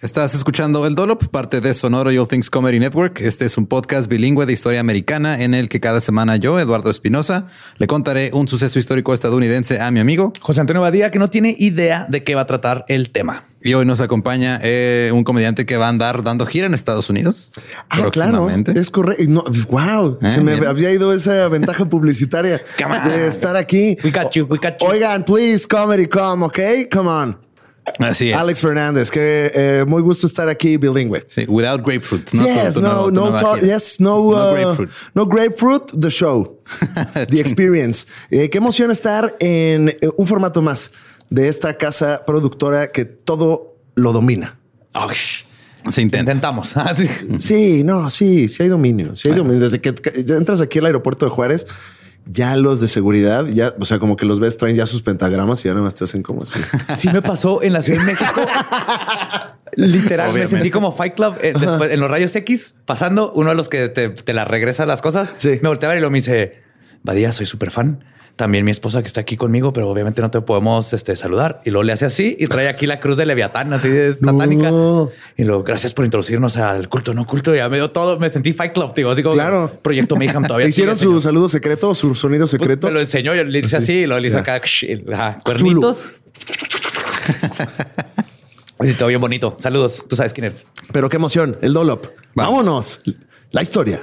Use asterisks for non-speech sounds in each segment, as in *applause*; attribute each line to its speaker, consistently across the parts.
Speaker 1: Estás escuchando El Dolop, parte de Sonoro All Things Comedy Network. Este es un podcast bilingüe de historia americana en el que cada semana yo, Eduardo Espinosa, le contaré un suceso histórico estadounidense a mi amigo.
Speaker 2: José Antonio Badía, que no tiene idea de qué va a tratar el tema.
Speaker 1: Y hoy nos acompaña eh, un comediante que va a andar dando gira en Estados Unidos.
Speaker 3: Ah, claro.
Speaker 1: próximamente.
Speaker 3: Es correcto. No, wow.
Speaker 1: Eh,
Speaker 3: se me
Speaker 1: bien.
Speaker 3: había ido esa ventaja publicitaria
Speaker 1: *laughs*
Speaker 2: Come on.
Speaker 3: de estar aquí.
Speaker 2: We got you, we got you.
Speaker 3: Oigan, please, comedy come, ok? Come on.
Speaker 1: Así es.
Speaker 3: Alex Fernández, que eh, muy gusto estar aquí bilingüe.
Speaker 1: Sí, without grapefruit. ¿no?
Speaker 3: yes,
Speaker 1: Tu- tu
Speaker 3: no,
Speaker 1: nuevo- tu
Speaker 3: no,
Speaker 1: nueva
Speaker 3: to-
Speaker 1: gira.
Speaker 3: yes, no,
Speaker 1: No
Speaker 3: uh,
Speaker 1: grapefruit.
Speaker 3: no grapefruit,
Speaker 1: *laughs*
Speaker 3: the show, the experience. Eh, qué emoción estar en eh, un formato más de esta casa productora que todo lo domina.
Speaker 1: Se intenta.
Speaker 2: Intentamos. *laughs* Ah, sí.
Speaker 3: Sí, no, sí, sí hay dominio. Sí hay dominio. Desde que ca- ya entras aquí al aeropuerto de Juárez, ya los de seguridad, ya, o sea, como que los ves, traen ya sus pentagramas y ya nada más te hacen como así.
Speaker 2: Sí me pasó en la Ciudad de México. Literal, me
Speaker 1: Obviamente.
Speaker 2: sentí como Fight Club eh, después, en los rayos X, pasando uno de los que te, te la regresa las cosas.
Speaker 3: Sí.
Speaker 2: Me volteaba y lo me dice, Badía, soy súper fan. También mi esposa que está aquí conmigo, pero obviamente no te podemos este, saludar. Y luego le hace así y trae aquí la cruz de Leviatán, así de satánica.
Speaker 3: *laughs* No.
Speaker 2: Y luego, gracias por introducirnos al culto no culto. Ya me dio todo, me sentí Fight Club, digo, así como
Speaker 3: Claro.
Speaker 2: proyecto Mayhem todavía.
Speaker 3: ¿Te *laughs* hicieron
Speaker 2: sigue,
Speaker 3: su saludo secreto o su sonido
Speaker 2: Pues,
Speaker 3: secreto?
Speaker 2: Me lo enseñó, yo le hice así y luego le hice acá ksh, y- ajá, cuernitos. *laughs* Y todo bien bonito. Saludos. Tú sabes quién eres.
Speaker 3: Pero qué emoción, el Dolop.
Speaker 1: Vamos.
Speaker 3: Vámonos. La historia.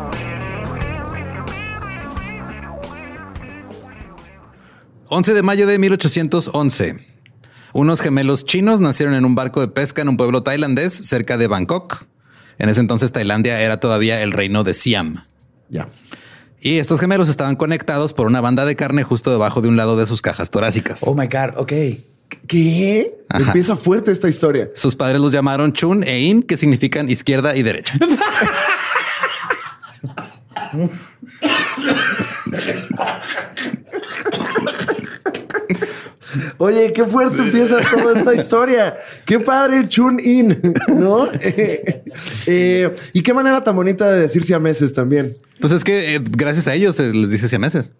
Speaker 1: 11 de mayo de 1811. Unos gemelos chinos nacieron en un barco de pesca en un pueblo tailandés cerca de Bangkok. En ese entonces Tailandia era todavía el reino de Siam.
Speaker 3: Ya.
Speaker 1: Y estos gemelos estaban conectados por una banda de carne justo debajo de un lado de sus cajas torácicas.
Speaker 2: Oh my God. Ok.
Speaker 3: ¿Qué? Empieza fuerte esta historia.
Speaker 1: Sus padres los llamaron Chun e In, que significan izquierda y derecha.
Speaker 3: Oye, qué fuerte empieza toda esta historia. Qué padre, Chun In, *laughs* ¿no? Eh, eh, y qué manera tan bonita de decir siameses también.
Speaker 1: Pues es que eh, gracias a ellos se les dice siameses.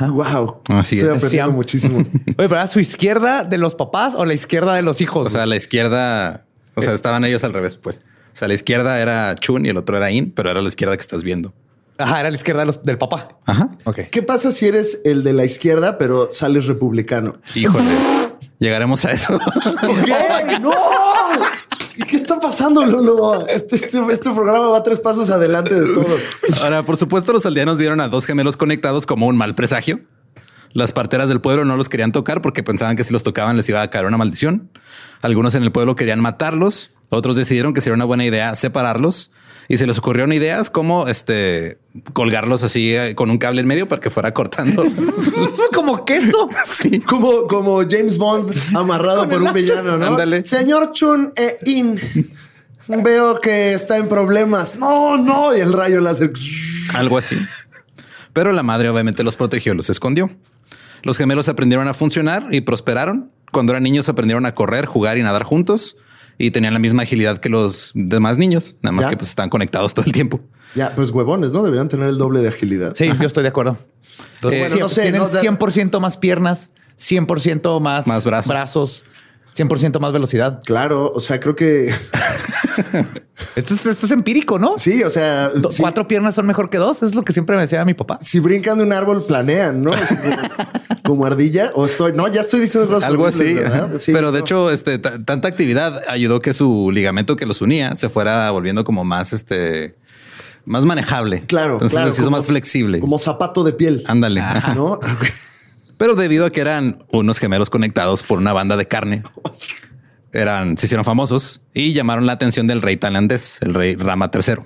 Speaker 3: Wow.
Speaker 1: Así
Speaker 3: Estoy
Speaker 1: es.
Speaker 3: aprendiendo
Speaker 2: Siam.
Speaker 3: muchísimo.
Speaker 2: Oye, pero era su izquierda de los papás o la izquierda de los hijos.
Speaker 1: O sea, la izquierda, o sea, estaban ellos al revés, pues. O sea, la izquierda era Chun y el otro era In, pero era la izquierda que estás viendo.
Speaker 2: Ajá, era la izquierda de los- del papá.
Speaker 1: Ajá.
Speaker 2: Ok.
Speaker 3: *laughs* ¿Qué pasa si eres el de la izquierda, pero sales *laughs* republicano?
Speaker 1: Híjole. Llegaremos a eso. *laughs*
Speaker 3: ¡Ey, ¡No! ¿Y qué está pasando, Lolo? Este, este, este programa va tres pasos adelante de todo.
Speaker 1: Ahora, por supuesto, los aldeanos vieron a dos gemelos conectados como un mal presagio. Las parteras del pueblo no los querían tocar porque pensaban que si los tocaban les iba a caer una maldición. Algunos en el pueblo querían matarlos, otros decidieron que sería una buena idea separarlos y se les ocurrieron ideas como este colgarlos así eh, con un cable en medio para que fuera cortando. *laughs*
Speaker 2: Como queso.
Speaker 1: sí.
Speaker 3: Como, como James Bond amarrado por un villano, ¿no?
Speaker 1: Ándale.
Speaker 3: Señor Chun e In, veo que está en problemas. No, no. Y el rayo láser.
Speaker 1: Algo así. Pero la madre obviamente los protegió, los escondió. Los gemelos aprendieron a funcionar y prosperaron. Cuando eran niños aprendieron a correr, jugar y nadar juntos y tenían la misma agilidad que los demás niños, nada más
Speaker 3: Ya.
Speaker 1: que pues están conectados todo el tiempo.
Speaker 3: Ya, pues huevones, ¿no? Deberían tener el doble de agilidad.
Speaker 2: Sí, yo estoy de acuerdo. Entonces,
Speaker 1: Eh,
Speaker 2: bueno,
Speaker 3: bueno, no sé,
Speaker 2: tienen
Speaker 3: no, de-
Speaker 2: 100% más piernas, 100% más,
Speaker 1: Más brazos.
Speaker 2: 100% más velocidad.
Speaker 3: Claro, o sea, creo que *laughs*
Speaker 2: Esto es, esto es empírico, ¿no?
Speaker 3: sí, o sea,
Speaker 2: Do-
Speaker 3: sí.
Speaker 2: Cuatro piernas son mejor que dos. Es lo que siempre me decía mi papá.
Speaker 3: si brincan de un árbol, planean, ¿no?
Speaker 1: *laughs*
Speaker 3: Así como, como ardilla o estoy, no, ya estoy diciendo cosas
Speaker 1: Algo así.
Speaker 3: horribles, ¿verdad?
Speaker 1: ajá.
Speaker 3: Sí,
Speaker 1: Pero de
Speaker 3: no.
Speaker 1: hecho, este, ta- tanta actividad ayudó que su ligamento que los unía se fuera volviendo como más, este, más manejable.
Speaker 3: claro,
Speaker 1: Entonces
Speaker 3: claro,
Speaker 1: se hizo
Speaker 3: como-
Speaker 1: más flexible.
Speaker 3: como Ah, zapato de piel,
Speaker 1: Ándale. Ajá.
Speaker 3: ¿no?
Speaker 1: Pero debido a que eran unos gemelos conectados por una banda de carne, eran, se hicieron famosos y llamaron la atención del rey tailandés, el rey Rama III.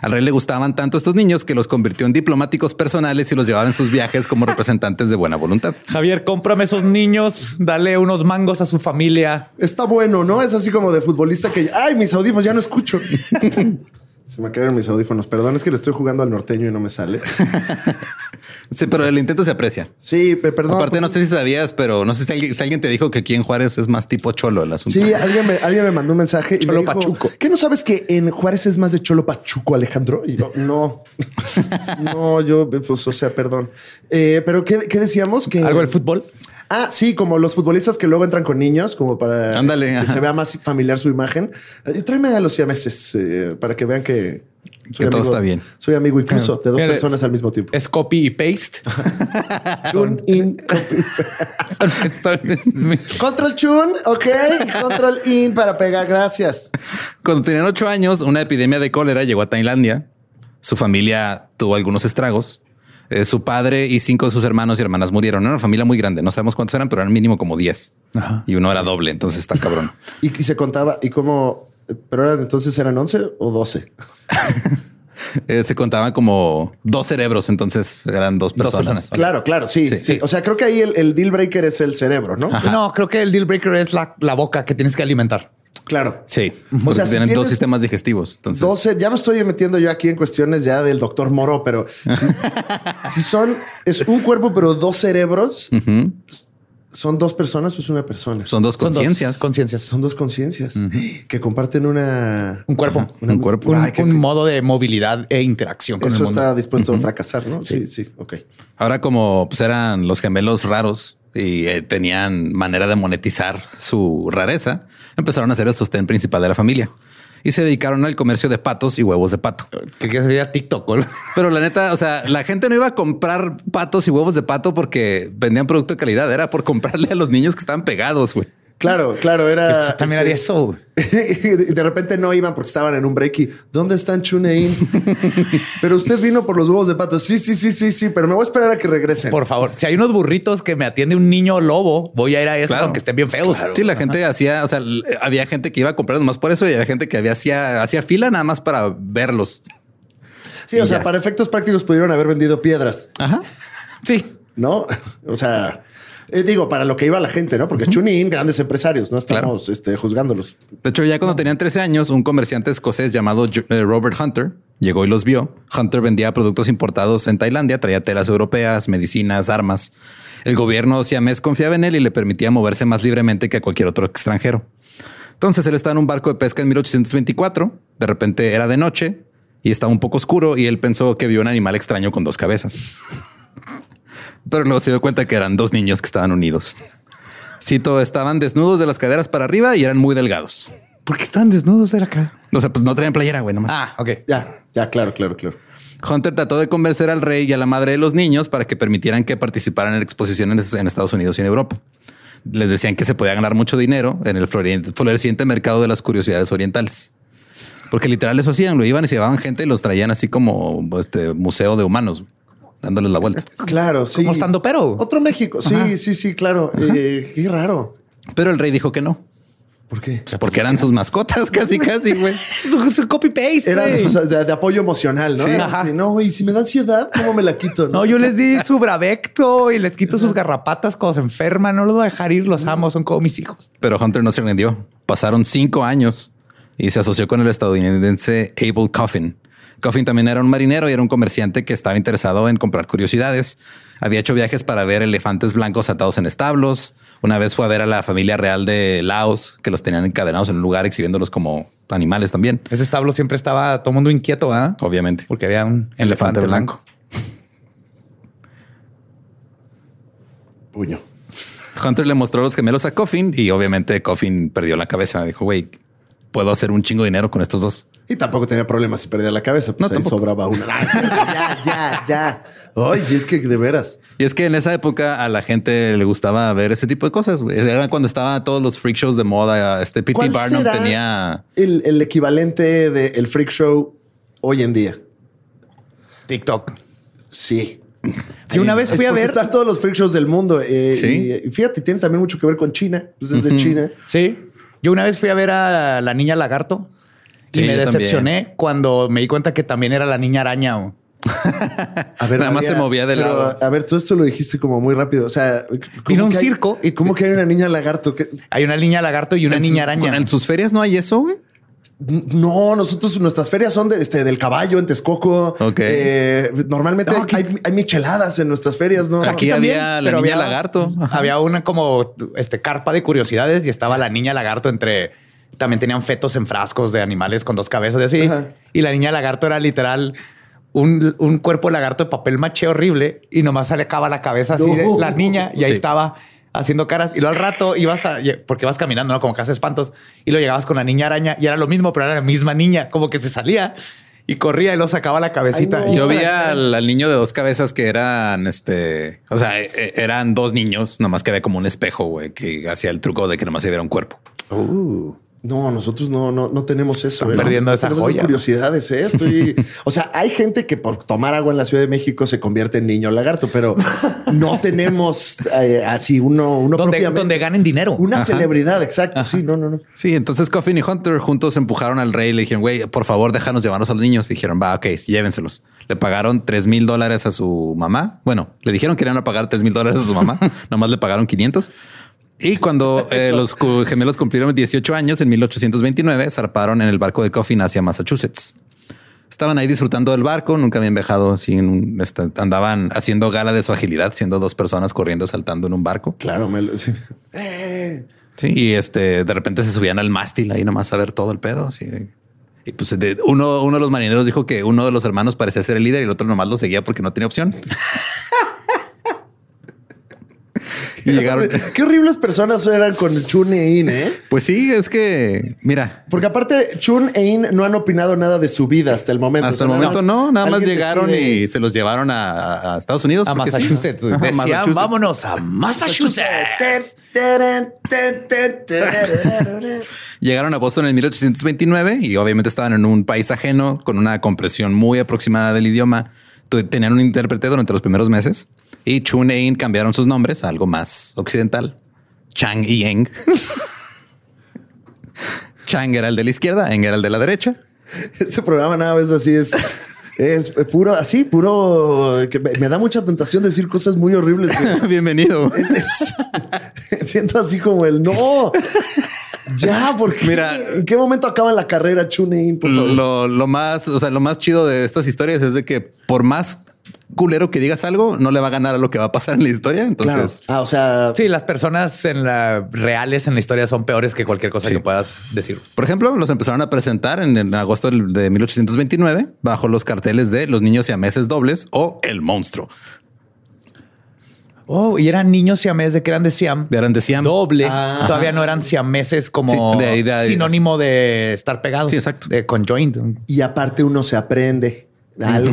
Speaker 1: Al rey le gustaban tanto estos niños que los convirtió en diplomáticos personales y los llevaba en sus viajes como representantes de buena voluntad.
Speaker 2: Javier, cómprame esos niños, dale unos mangos a su familia.
Speaker 3: Está bueno, ¿no? Es así como de futbolista que, ay, mis audífonos, ya
Speaker 1: *laughs*
Speaker 3: no escucho. Se me cayeron mis audífonos. Perdón, es que le estoy jugando al norteño y no me sale.
Speaker 1: Sí, pero el intento se aprecia.
Speaker 3: Sí, pe- perdón.
Speaker 1: Aparte,
Speaker 3: pues,
Speaker 1: no sé si sabías, pero no sé si alguien, si alguien te dijo que aquí en Juárez es más tipo cholo el asunto.
Speaker 3: Sí, alguien me, alguien me mandó un mensaje y
Speaker 2: Cholo
Speaker 3: me dijo,
Speaker 2: Pachuco.
Speaker 3: ¿qué no sabes que en Juárez es más de Cholo Pachuco, Alejandro? Y yo,
Speaker 1: *laughs*
Speaker 3: no, no, yo, pues, o sea, perdón. Eh, pero ¿qué, qué decíamos? Que
Speaker 2: Algo del fútbol.
Speaker 3: Ah, sí, como los futbolistas que luego entran con niños, como para
Speaker 1: Ándale,
Speaker 3: que
Speaker 1: ajá.
Speaker 3: se vea más familiar su imagen. Eh, Tráeme a los siameses eh, para que vean que,
Speaker 1: Que todo está bien.
Speaker 3: Soy amigo incluso de dos
Speaker 2: Mira,
Speaker 3: personas al mismo tiempo.
Speaker 2: Es copy y *laughs* paste.
Speaker 3: Chun in.
Speaker 2: Son- son-
Speaker 3: Control chun, ok. y Control in para pegar, gracias.
Speaker 1: Cuando tenían ocho años, una epidemia de cólera llegó a Tailandia. Su familia tuvo algunos estragos. Eh, su padre y cinco de sus hermanos y hermanas murieron. Era una familia muy grande. No sabemos cuántos eran, pero eran mínimo como diez.
Speaker 2: Ajá.
Speaker 1: Y uno era doble, entonces está cabrón.
Speaker 3: Y, y se contaba, y como, pero eran, entonces eran 11 o 12.
Speaker 1: Eh, se contaban como dos cerebros, entonces eran dos personas.
Speaker 2: personas.
Speaker 3: Claro, claro, sí, sí,
Speaker 1: Sí, sí.
Speaker 3: O sea, creo que ahí el, el deal breaker es el cerebro, ¿no?
Speaker 2: No, creo que el deal breaker es la, la boca que tienes que alimentar.
Speaker 3: Claro.
Speaker 1: Sí,
Speaker 3: O
Speaker 1: porque
Speaker 3: sea, si
Speaker 1: tienen dos
Speaker 3: tienes
Speaker 1: sistemas digestivos. Entonces,
Speaker 3: 12, ya me estoy metiendo yo aquí en cuestiones ya del doctor Moro, pero si, si son, es un cuerpo, pero dos cerebros,
Speaker 1: Ujú.
Speaker 3: son dos personas, pues una persona.
Speaker 1: son dos
Speaker 2: Son dos
Speaker 1: conciencias.
Speaker 2: Conciencias.
Speaker 3: Son dos conciencias que comparten una.
Speaker 2: Un cuerpo.
Speaker 1: un cuerpo.
Speaker 2: Un,
Speaker 3: Ay, qué-
Speaker 2: un modo de movilidad e interacción con
Speaker 3: Eso
Speaker 2: el mundo.
Speaker 3: está dispuesto a fracasar, ¿no? Sí, sí, ok.
Speaker 1: Ahora, como pues, eran los gemelos raros y eh, tenían manera de monetizar su rareza, empezaron a ser el sostén principal de la familia y se dedicaron al comercio de patos y huevos de pato.
Speaker 2: Que que sería TikTok.
Speaker 3: *laughs*
Speaker 2: ¿no?
Speaker 1: Pero la neta, o sea, la gente no iba a comprar patos y huevos de pato porque vendían producto de calidad, era por comprarle a los niños que estaban pegados, güey.
Speaker 3: Claro, claro, era.
Speaker 2: También
Speaker 3: este,
Speaker 2: haría soul.
Speaker 3: *laughs* y de repente no iban porque estaban en un break y ¿dónde están Chunein? *laughs* pero usted vino por los huevos de pato. Sí, sí, sí, sí, sí, pero me voy a esperar a que regresen.
Speaker 2: Por favor, si hay unos burritos que me atiende un niño lobo, voy a ir a eso
Speaker 1: Claro.
Speaker 2: aunque estén bien feos.
Speaker 1: Sí, la gente hacía, o sea, l- había gente que iba a comprar nomás por eso y había gente que había hacía, hacía fila nada más para verlos.
Speaker 3: sí, o sea,
Speaker 1: ya.
Speaker 3: para efectos prácticos pudieron haber vendido piedras,
Speaker 1: Ajá.
Speaker 2: Sí.
Speaker 3: ¿no? *laughs* O sea, eh, digo, para lo que iba la gente, ¿no? Porque Chunin, grandes empresarios, no estamos este, juzgándolos.
Speaker 1: De hecho, ya cuando tenían 13 años, un comerciante escocés llamado Jo- eh, Robert Hunter llegó y los vio. Hunter vendía productos importados en Tailandia, traía telas europeas, medicinas, armas. El gobierno siamés confiaba en él y le permitía moverse más libremente que a cualquier otro extranjero. Entonces él está en un barco de pesca en 1824. De repente era de noche y estaba un poco oscuro y él pensó que vio un animal extraño con dos cabezas. Pero luego se dio cuenta que eran dos niños que estaban unidos. Cito, estaban desnudos de las caderas para arriba y eran muy delgados.
Speaker 2: ¿Por qué están desnudos era acá?
Speaker 1: O sea, pues no traían playera, güey, nomás.
Speaker 2: Ah, ok.
Speaker 3: Ya, ya, claro, claro, claro.
Speaker 1: Hunter trató de convencer al rey y a la madre de los niños para que permitieran que participaran en exposiciones en Estados Unidos y en Europa. Les decían que se podía ganar mucho dinero en el florien- floreciente mercado de las curiosidades orientales. Porque literal eso hacían, lo iban y se llevaban gente y los traían así como este museo de humanos, dándoles la vuelta.
Speaker 3: Claro, sí.
Speaker 2: Como estando pero.
Speaker 3: Otro México. Sí, sí, sí, claro. Eh, qué raro.
Speaker 1: Pero el rey dijo que no,
Speaker 3: ¿Por qué?
Speaker 2: Pues,
Speaker 1: porque eran sus mascotas *laughs* casi, casi, güey.
Speaker 2: Su, su copy paste.
Speaker 3: Era
Speaker 2: güey.
Speaker 3: o sea, de, de apoyo emocional, ¿no?
Speaker 2: Sí.
Speaker 3: Era así, no, y si me da ansiedad, ¿cómo me la quito?
Speaker 2: No, yo les di su bravecto y les quito sus garrapatas cuando se enferman. No los voy a dejar ir, los amo, son como mis hijos.
Speaker 1: Pero Hunter no se rindió. Pasaron cinco años y se asoció con el estadounidense Abel Coffin. Coffin también era un marinero y era un comerciante que estaba interesado en comprar curiosidades. Había hecho viajes para ver elefantes blancos atados en establos. Una vez fue a ver a la familia real de Laos, que los tenían encadenados en un lugar exhibiéndolos como animales también,
Speaker 2: Ese establo siempre estaba todo mundo inquieto, ¿ah?
Speaker 1: obviamente.
Speaker 2: Porque había un
Speaker 1: Elefante blanco.
Speaker 3: Puño.
Speaker 1: Hunter le mostró los gemelos a Coffin y obviamente Coffin perdió la cabeza. Dijo, güey, puedo hacer un chingo de dinero con estos dos.
Speaker 3: Y tampoco tenía problemas si perdía la cabeza, pues
Speaker 1: No,
Speaker 3: ahí
Speaker 1: tampoco.
Speaker 2: *laughs*
Speaker 3: sobraba una. Ah, es cierto, ya, ya, ya. Oye, es que de veras.
Speaker 1: Y es que en esa época a la gente le gustaba ver ese tipo de cosas. güey. Era cuando estaban todos los freak shows de moda. Este P.T.
Speaker 3: ¿Cuál
Speaker 1: Barnum
Speaker 3: será
Speaker 1: tenía.
Speaker 3: el, el equivalente del freak show hoy en día?
Speaker 2: TikTok.
Speaker 3: Sí.
Speaker 2: Sí, una vez
Speaker 3: Es
Speaker 2: fui a
Speaker 3: porque
Speaker 2: ver.
Speaker 3: Están todos los freak shows del mundo. eh,
Speaker 1: Sí.
Speaker 3: y, y fíjate, tiene también mucho que ver con China. Pues desde China.
Speaker 2: Sí. Yo una vez fui a ver a la niña lagarto y
Speaker 1: Sí,
Speaker 2: me
Speaker 1: yo
Speaker 2: decepcioné cuando me di cuenta que también era la niña araña. o-
Speaker 3: A ver,
Speaker 1: Nada más se movía de
Speaker 3: pero,
Speaker 1: lado.
Speaker 3: A ver, todo esto lo dijiste como muy rápido. O sea,
Speaker 2: Vino un
Speaker 3: que hay-
Speaker 2: circo y-
Speaker 3: ¿Cómo que hay una niña lagarto? que-
Speaker 2: Hay una niña lagarto y una
Speaker 1: En
Speaker 2: niña
Speaker 1: sus-
Speaker 2: araña.
Speaker 1: En sus ferias no hay eso, güey.
Speaker 3: No, nosotros, nuestras ferias son de, este, del caballo en Texcoco.
Speaker 1: Ok.
Speaker 3: Eh, normalmente
Speaker 2: No, aquí-
Speaker 3: hay, hay micheladas en nuestras ferias, ¿no?
Speaker 1: Aquí había la
Speaker 2: pero
Speaker 1: niña lagarto. Ajá.
Speaker 2: Había *laughs* una como este carpa de curiosidades y estaba la niña lagarto entre. También tenían fetos en frascos de animales con dos cabezas de así.
Speaker 3: Ajá.
Speaker 2: Y la niña lagarto era literal un, un cuerpo de lagarto de papel maché horrible y nomás se le acaba la cabeza así de la niña y ahí
Speaker 1: Sí.
Speaker 2: estaba haciendo caras. Y luego al rato ibas a, porque vas caminando, ¿no? Como que hace espantos y lo llegabas con la niña araña y era lo mismo, pero era la misma niña, como que se salía y corría y lo sacaba la cabecita.
Speaker 3: no.
Speaker 2: Y
Speaker 1: Yo vi al, al niño de dos cabezas que eran este, o sea, e- e- eran dos niños, nomás que había como un espejo, güey, que hacía el truco de que nomás se viera un cuerpo.
Speaker 3: No, nosotros no, no, no tenemos eso.
Speaker 2: Están
Speaker 3: ¿eh?
Speaker 2: perdiendo
Speaker 3: No
Speaker 2: esa
Speaker 3: tenemos
Speaker 2: joya.
Speaker 3: curiosidades, ¿eh? Estoy-
Speaker 2: *laughs*
Speaker 3: o sea, hay gente que por tomar agua en la Ciudad de México se convierte en niño lagarto, pero no tenemos eh, así uno, uno
Speaker 2: donde,
Speaker 3: propiamente.
Speaker 2: donde ganen dinero.
Speaker 3: Una celebridad, exacto. Sí, no, no, no.
Speaker 1: Sí, entonces Coffin y Hunter juntos empujaron al rey y le dijeron, güey, por favor, déjanos llevarnos a los niños. Dijeron, va, ok, llévenselos. Le pagaron tres mil dólares a su mamá. Bueno, le dijeron que le iban a pagar tres mil dólares a su mamá. Nomás le pagaron 500. Y cuando eh, los cu- gemelos cumplieron 18 años, en 1829, zarparon en el barco de Coffin hacia Massachusetts. Estaban ahí disfrutando del barco, nunca habían viajado sin... este, Andaban haciendo gala de su agilidad, siendo dos personas corriendo, saltando en un barco.
Speaker 3: Claro, me lo- sí.
Speaker 1: Sí, y este de repente se subían al mástil ahí nomás a ver todo el pedo. así de- Y pues de- uno, uno de los marineros dijo que uno de los hermanos parecía ser el líder y el otro nomás lo seguía porque no tenía opción. y llegaron.
Speaker 3: Qué horribles personas eran con Chun e In, ¿eh?
Speaker 1: Pues sí, es que, mira,
Speaker 3: Porque aparte, Chun e In no han opinado nada de su vida hasta el momento.
Speaker 1: hasta
Speaker 3: O
Speaker 1: el
Speaker 3: sea,
Speaker 1: momento no, nada más
Speaker 3: alguien
Speaker 1: llegaron
Speaker 3: decide-
Speaker 1: y se los llevaron a, a Estados Unidos.
Speaker 2: A
Speaker 1: porque sí.
Speaker 2: Massachusetts.
Speaker 1: Ajá,
Speaker 2: Decían,
Speaker 1: Massachusetts.
Speaker 2: vámonos a Massachusetts.
Speaker 1: *laughs* Llegaron a Boston en 1829 y obviamente estaban en un país ajeno con una compresión muy aproximada del idioma. Tu- Tenían un intérprete durante los primeros meses y Chun e In cambiaron sus nombres a algo más occidental. Chang y Eng. *laughs* Chang era el de la izquierda, Eng era el de la derecha. *laughs*
Speaker 3: Este programa nada más así es. Es puro, así, puro. que me, me da mucha tentación decir cosas muy horribles.
Speaker 1: *laughs*
Speaker 3: güey. *laughs*
Speaker 1: Bienvenido.
Speaker 3: Siento así como el no. Ya, porque
Speaker 1: Mira.
Speaker 3: ¿en qué momento acaba la carrera Chun e In, por favor?
Speaker 1: Lo, lo más, o sea, lo más chido de estas historias es de que por más culero que digas algo, no le va a ganar a lo que va a pasar en la historia.
Speaker 3: Claro.
Speaker 1: Entonces,
Speaker 3: Ah, o sea,
Speaker 2: Sí, las personas en la reales en la historia son peores que cualquier cosa que puedas decir.
Speaker 1: Por ejemplo, los empezaron a presentar en, el agosto del- de 1829 bajo los carteles de Los niños siameses dobles o El monstruo.
Speaker 2: Oh, y eran niños siameses de que eran de Siam.
Speaker 1: Eran de Siam.
Speaker 2: Doble. Todavía no eran siameses como
Speaker 1: Sí, de ahí, de ahí.
Speaker 2: sinónimo de estar pegados.
Speaker 1: Sí, exacto.
Speaker 2: De conjoined.
Speaker 3: y aparte uno se aprende
Speaker 1: *laughs*
Speaker 3: algo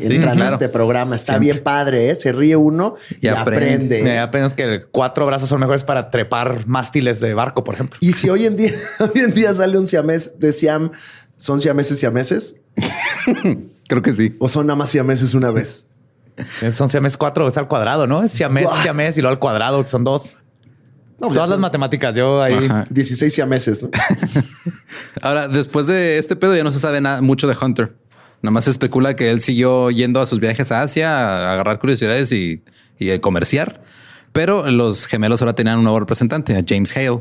Speaker 1: Sí,
Speaker 3: entrando a
Speaker 1: claro.
Speaker 3: este programa. Está
Speaker 1: Siempre.
Speaker 3: bien padre, ¿eh? Se ríe uno y,
Speaker 1: Y aprende.
Speaker 3: aprende.
Speaker 2: Eh, apenas que cuatro brazos son mejores para trepar mástiles de barco, por ejemplo.
Speaker 3: Y si hoy en día, *laughs* hoy en día sale un siamés de Siam, ¿son siameses siameses?
Speaker 1: Creo que sí.
Speaker 3: ¿O son nada más siameses una vez?
Speaker 2: Eh, Son siames cuatro, es al cuadrado, ¿no? Es siamés,
Speaker 3: Guau.
Speaker 2: siamés y luego al cuadrado, son dos.
Speaker 3: No, pues,
Speaker 2: Todas las
Speaker 3: ya son
Speaker 2: matemáticas, yo ahí.
Speaker 1: Ajá.
Speaker 3: 16
Speaker 1: *laughs*
Speaker 3: siameses, ¿no?
Speaker 1: Ahora, después de este pedo ya no se sabe nada mucho de Hunter. Nada más se especula que él siguió yendo a sus viajes a Asia, a agarrar curiosidades y, y a comerciar. Pero los gemelos ahora tenían un nuevo representante, a James Hale,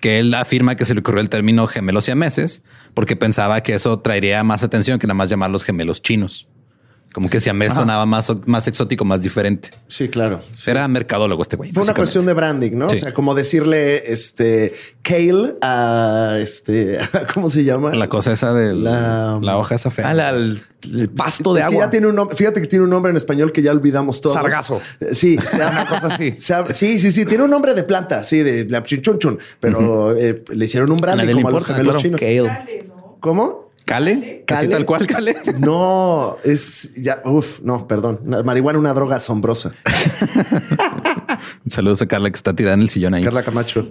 Speaker 1: que él afirma que se le ocurrió el término gemelos siameses porque pensaba que eso traería más atención que nada más llamarlos gemelos chinos. Como que siamés sonaba más, más exótico, más diferente.
Speaker 3: Sí, claro.
Speaker 1: Era mercadólogo este güey.
Speaker 3: Fue una cuestión de branding, ¿no?
Speaker 1: Sí.
Speaker 3: O sea, como decirle este kale a este, *laughs* ¿cómo se llama?
Speaker 1: La cosa esa de
Speaker 3: La-
Speaker 1: la, hoja esa fea.
Speaker 2: Ah, la- el, el pasto de
Speaker 3: es que
Speaker 2: agua.
Speaker 3: ya tiene un nombre, fíjate que tiene un nombre en español que ya olvidamos todos.
Speaker 2: Sargazo.
Speaker 3: Eh, Sí, se llama-
Speaker 2: Una cosa así.
Speaker 3: se llama- sí, sí, sí, tiene un nombre de planta, sí, de la chinchunchun, pero eh, le hicieron un branding
Speaker 1: nadie le
Speaker 3: como a los
Speaker 1: importa,
Speaker 3: gemelos
Speaker 1: claro.
Speaker 3: chinos. ¿Cómo?
Speaker 1: Cale,
Speaker 3: Cale.
Speaker 1: casi tal cual,
Speaker 3: *laughs*
Speaker 1: cale.
Speaker 3: No, es ya, uf, no, perdón. Una- Marihuana, una droga asombrosa.
Speaker 1: Saludos a Carla que está tirada en el sillón ahí. Carla,
Speaker 3: Carla Camacho.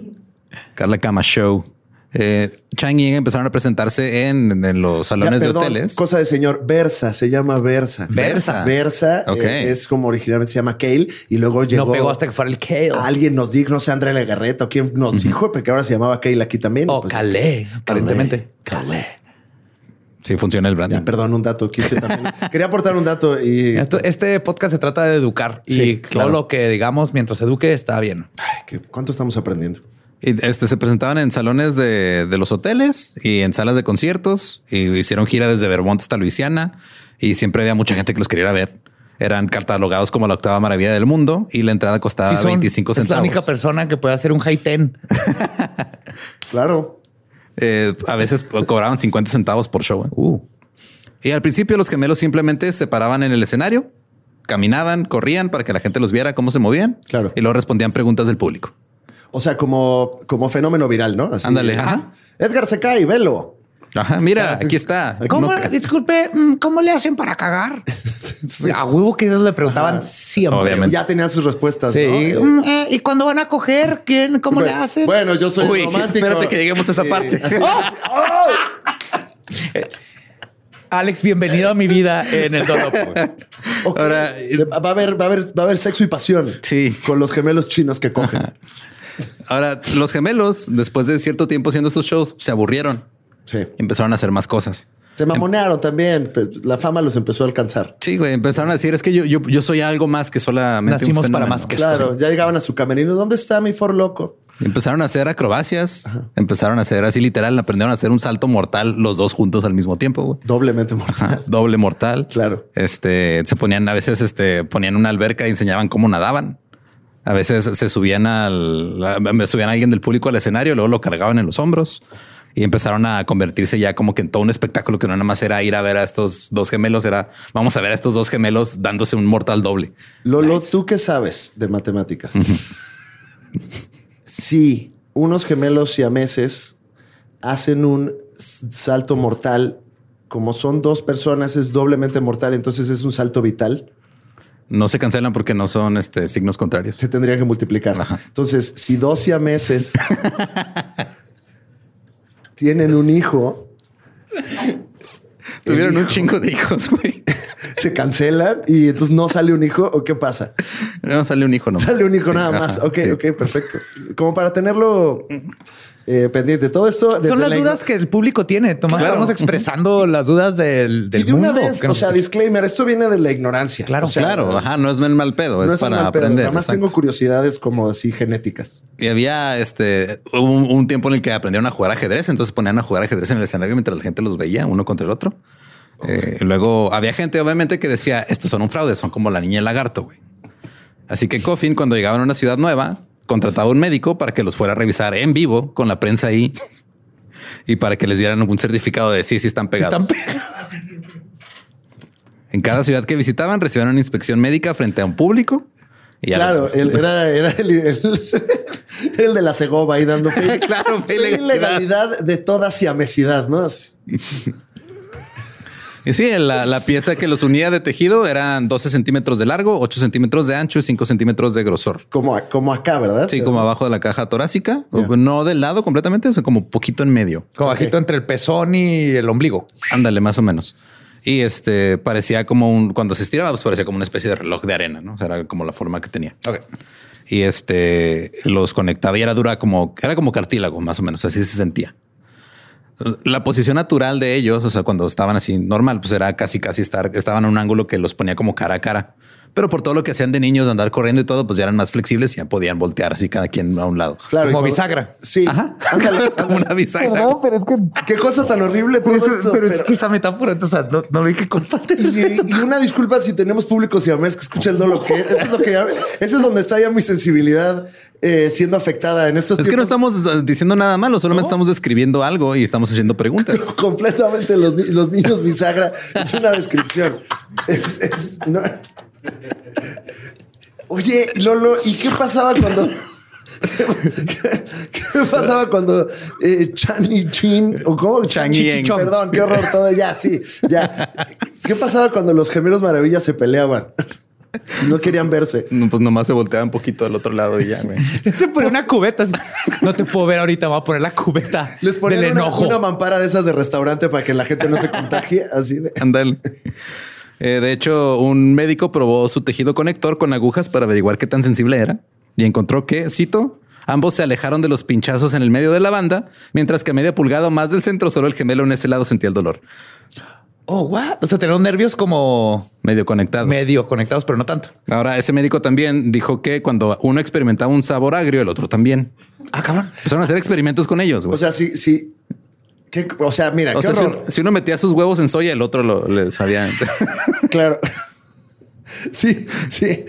Speaker 1: Kama Show. Eh, Chang y Eng empezaron a presentarse en, en los
Speaker 3: Ya,
Speaker 1: salones
Speaker 3: perdón,
Speaker 1: de hoteles.
Speaker 3: Cosa de señor. Versa, se llama Versa.
Speaker 1: Versa.
Speaker 3: Versa eh,
Speaker 1: Ok.
Speaker 3: es como originalmente se llama Kale y luego llegó.
Speaker 2: No pegó hasta que fuera el kale.
Speaker 3: Alguien nos dijo, no sé, Andrea Legarreta o quién nos dijo, porque ahora se llamaba Kale aquí también.
Speaker 2: o
Speaker 3: Pues,
Speaker 2: calé, aparentemente.
Speaker 3: Calé.
Speaker 1: Sí, funciona el branding.
Speaker 3: Ya, Ah, perdón, un dato.
Speaker 1: *laughs*
Speaker 3: Quise también. Quería aportar un dato y.
Speaker 2: Esto- este podcast se trata de educar y
Speaker 3: Sí,
Speaker 2: todo
Speaker 3: claro.
Speaker 2: lo que digamos mientras eduque está bien.
Speaker 3: Ay, qué- ¿Cuánto estamos aprendiendo?
Speaker 1: Y, este, se presentaban en salones de, de los hoteles y en salas de conciertos y hicieron gira desde Vermont hasta Luisiana y siempre había mucha gente que los quería ir a ver. Eran catalogados como la octava maravilla del mundo y la entrada costaba
Speaker 2: Sí son-
Speaker 1: 25
Speaker 2: es la
Speaker 1: centavos.
Speaker 2: única persona que puede hacer un high ten.
Speaker 3: Claro.
Speaker 1: Eh, a veces *laughs* cobraban 50 centavos por show. ¿eh? Y al principio los gemelos simplemente se paraban en el escenario, caminaban, corrían para que la gente los viera cómo se movían.
Speaker 3: Claro.
Speaker 1: Y luego respondían preguntas del público.
Speaker 3: O sea, como, como fenómeno viral, ¿no? Así. ah,
Speaker 1: Ándale, ajá.
Speaker 3: Edgar se cae, velo.
Speaker 1: Ajá, mira, aquí está.
Speaker 2: ¿Cómo,
Speaker 1: No-
Speaker 2: disculpe, mm, ¿cómo le hacen para cagar? A huevo que ellos le preguntaban siempre.
Speaker 1: Obviamente.
Speaker 3: Ya tenían sus respuestas.
Speaker 2: Sí.
Speaker 3: ¿no?
Speaker 2: Mm, eh, ¿Y cuando van a coger? ¿Quién? ¿Cómo le hacen? ¡Oh!
Speaker 3: Bueno, yo soy
Speaker 1: Uy,
Speaker 3: romántico.
Speaker 1: espérate que lleguemos a esa
Speaker 3: Sí,
Speaker 1: parte.
Speaker 3: así-
Speaker 2: Eh, Alex, bienvenido a mi vida en el Dolop.
Speaker 3: *laughs* Ok.
Speaker 1: Ahora, eh,
Speaker 3: va a haber, va a haber, va a haber sexo y pasión.
Speaker 1: Sí.
Speaker 3: Con los gemelos chinos que cogen.
Speaker 1: *laughs* Ahora, los gemelos, después de cierto tiempo haciendo estos shows, se aburrieron.
Speaker 3: Sí.
Speaker 1: Empezaron a hacer más cosas.
Speaker 3: Se mamonearon también. pe- La fama los empezó a alcanzar.
Speaker 1: Sí, güey, empezaron a decir, es que yo, yo, yo soy algo más que solamente un
Speaker 2: Nacimos para
Speaker 1: fenómeno".
Speaker 2: más que-
Speaker 3: Claro, ya llegaban a su camerino. ¿Dónde está mi for loco?
Speaker 1: Empezaron a hacer acrobacias, empezaron a hacer así literal, aprendieron a hacer un salto mortal los dos juntos al mismo tiempo,
Speaker 3: *laughs*
Speaker 1: güey.
Speaker 3: Doblemente mortal.
Speaker 1: doble mortal.
Speaker 3: Claro.
Speaker 1: Este se ponían a veces, este ponían una alberca y enseñaban cómo nadaban. A veces se subían al, la- me subían a alguien del público al escenario, luego lo cargaban en los hombros y empezaron a convertirse ya como que en todo un espectáculo que no nada más era ir a ver a estos dos gemelos, era vamos a ver a estos dos gemelos dándose un mortal doble.
Speaker 3: Lolo, ¿tú qué sabes de matemáticas? si unos gemelos siameses hacen un s- salto mortal, como son dos personas, es doblemente mortal, entonces es un salto vital.
Speaker 1: No se cancelan porque no son este, signos contrarios.
Speaker 3: Se tendrían que multiplicar.
Speaker 1: Ajá.
Speaker 3: Entonces, si dos siameses tienen un hijo,
Speaker 1: Tuvieron
Speaker 3: El
Speaker 1: un chingo de hijos, *laughs* güey.
Speaker 3: se cancelan y entonces no sale un hijo, ¿o qué pasa?
Speaker 1: No sale un hijo, no.
Speaker 3: Sale un hijo
Speaker 1: Sí,
Speaker 3: nada
Speaker 1: ajá,
Speaker 3: más. Ok,
Speaker 1: sí.
Speaker 3: ok, perfecto. Como para tenerlo eh, pendiente. Todo esto desde
Speaker 2: Son las
Speaker 3: la-
Speaker 2: dudas que el público tiene. Tomás, estamos expresando las dudas del, del
Speaker 3: y de
Speaker 2: mundo.
Speaker 3: una vez,
Speaker 2: que
Speaker 3: o
Speaker 2: nos
Speaker 3: sea,
Speaker 2: escucha.
Speaker 3: disclaimer, esto viene de la ignorancia.
Speaker 2: Claro,
Speaker 3: O sea,
Speaker 1: claro, ajá, no es el mal pedo,
Speaker 3: No
Speaker 1: es,
Speaker 3: es un
Speaker 1: para
Speaker 3: mal pedo.
Speaker 1: aprender.
Speaker 3: Además
Speaker 1: exacto.
Speaker 3: tengo curiosidades como así genéticas.
Speaker 1: Y había este hubo un, un tiempo en el que aprendieron a jugar ajedrez, entonces ponían a jugar ajedrez en el escenario mientras la gente los veía uno contra el otro. Eh, y luego había gente, obviamente, que decía estos son un fraude, son como la niña y el lagarto. güey". Así que Coffin, cuando llegaban a una ciudad nueva, contrataba a un médico para que los fuera a revisar en vivo con la prensa ahí *laughs* y para que les dieran un certificado de sí, sí están pegados.
Speaker 2: Están pe-
Speaker 1: En cada ciudad que visitaban, recibían una inspección médica frente a un público. Y ya
Speaker 3: claro,
Speaker 1: les-
Speaker 3: él era, era el, *laughs* el- el de la Segoba ahí dando fe.
Speaker 1: *laughs* Claro, fe
Speaker 3: fe
Speaker 1: y legalidad.
Speaker 3: ilegalidad de toda siamesidad, ¿no?
Speaker 1: Y sí, la, la pieza que los unía de tejido eran 12 centímetros de largo, 8 centímetros de ancho y 5 centímetros de grosor.
Speaker 3: Como, a- como acá, ¿verdad?
Speaker 1: Sí, como abajo de la caja torácica, o
Speaker 3: Ya.
Speaker 1: no del lado completamente, sino como poquito en medio.
Speaker 2: *laughs* Como bajito entre el pezón y el ombligo.
Speaker 1: Ándale, más o menos. Y este parecía como un, cuando se estiraba, pues parecía como una especie de reloj de arena, ¿no? O sea, era como la forma que tenía.
Speaker 2: Ok.
Speaker 1: Y este los conectaba y era dura como, era como cartílago, más o menos, así se sentía. La posición natural de ellos, o sea, cuando estaban así normal, pues era casi, casi estar, estaban en un ángulo que los ponía como cara a cara. Pero por todo lo que hacían de niños, de andar corriendo y todo, pues ya eran más flexibles y ya podían voltear así cada quien a un lado. *laughs*
Speaker 3: Claro, y
Speaker 2: Como bisagra.
Speaker 3: Sí. Ándale, ándale.
Speaker 1: Como una bisagra.
Speaker 2: pero es que.
Speaker 3: Qué cosa tan horrible todo esto. pero-
Speaker 2: esa metáfora, entonces, no, no vi que *laughs* comparte
Speaker 3: *laughs* Y, y una disculpa si tenemos público siamés que escucha el dolo, que eso es lo que ya- eso es donde está ya mi sensibilidad eh, siendo afectada en estos
Speaker 1: Es que no
Speaker 3: tiempos.
Speaker 1: estamos diciendo nada malo, solamente estamos describiendo algo y estamos haciendo preguntas.
Speaker 3: *laughs* completamente los, ni- los niños bisagra es una descripción. Es, es- no. Oye, Lolo, ¿y qué pasaba cuando? ¿Qué, qué pasaba cuando eh, Chan y Chin o cómo
Speaker 1: Chang y Eng.
Speaker 3: Perdón, qué horror todo. Ya, sí, ya. ¿Qué pasaba cuando los gemelos maravillas se peleaban? No querían verse.
Speaker 1: *laughs* No, Pues nomás se volteaba un poquito del otro lado y ya, güey.
Speaker 2: Se pone una cubeta. así. No te puedo ver ahorita, voy a poner la cubeta
Speaker 3: Les
Speaker 2: del
Speaker 3: ponían una,
Speaker 2: enojo.
Speaker 3: una mampara de esas de restaurante para que la gente no se contagie. Así de.
Speaker 1: Ándale. Eh, de hecho, un médico probó su tejido conector con agujas para averiguar qué tan sensible era y encontró que, cito, ambos se alejaron de los pinchazos en el medio de la banda, mientras que a media pulgada o más del centro solo el gemelo en ese lado sentía el dolor.
Speaker 2: Oh, what? O sea, tener los nervios como
Speaker 1: Medio conectados.
Speaker 2: medio conectados, pero no tanto.
Speaker 1: Ahora, ese médico también dijo que cuando uno experimentaba un sabor agrio, el otro también.
Speaker 2: Ah, cabrón.
Speaker 1: Empezaron a hacer experimentos con ellos, güey.
Speaker 3: O sea, sí, sí. ¿Qué- o sea, mira,
Speaker 1: O
Speaker 3: qué
Speaker 1: sea, si,
Speaker 3: horror.
Speaker 1: uno, si uno metía sus huevos en soya, el otro lo, le sabía.
Speaker 3: Claro. Sí, sí.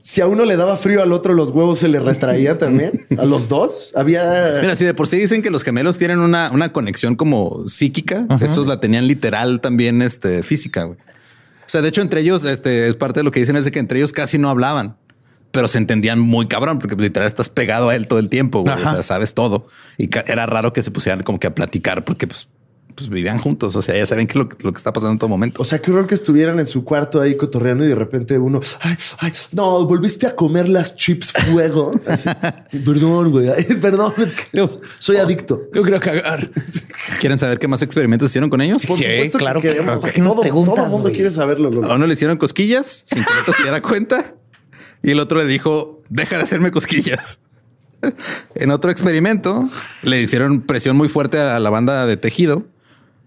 Speaker 3: Si a uno le daba frío, al otro los huevos se le retraía también. A los dos había.
Speaker 1: Mira, si de por sí dicen que los gemelos tienen una, una conexión como psíquica, estos la tenían literal también este, física. Güey. O sea, de hecho, entre ellos, este, es parte de lo que dicen es de que entre ellos casi no hablaban, pero se entendían muy cabrón, porque literal estás pegado a él todo el tiempo, güey. O sea, sabes todo. Y ca- era raro que se pusieran como que a platicar, porque pues, pues vivían juntos. O sea, ya saben que lo, lo que está pasando en todo momento.
Speaker 3: O sea, qué horror que estuvieran en su cuarto ahí cotorreando y de repente uno, ay, ay, no, volviste a comer las chips fuego. Así, perdón, güey, ay, perdón, es que soy adicto.
Speaker 2: Oh, Yo creo que agarrar.
Speaker 1: ¿Quieren saber qué más experimentos hicieron con ellos?
Speaker 2: Sí. claro,
Speaker 3: que queremos,
Speaker 2: pero ¿por qué nos
Speaker 3: todo,
Speaker 2: preguntas,
Speaker 3: todo el mundo
Speaker 2: güey?
Speaker 3: quiere saberlo. Lolo.
Speaker 1: A uno le hicieron cosquillas sin que el otro se diera cuenta. Y el otro le dijo, deja de hacerme cosquillas. En otro experimento le hicieron presión muy fuerte a la banda de tejido,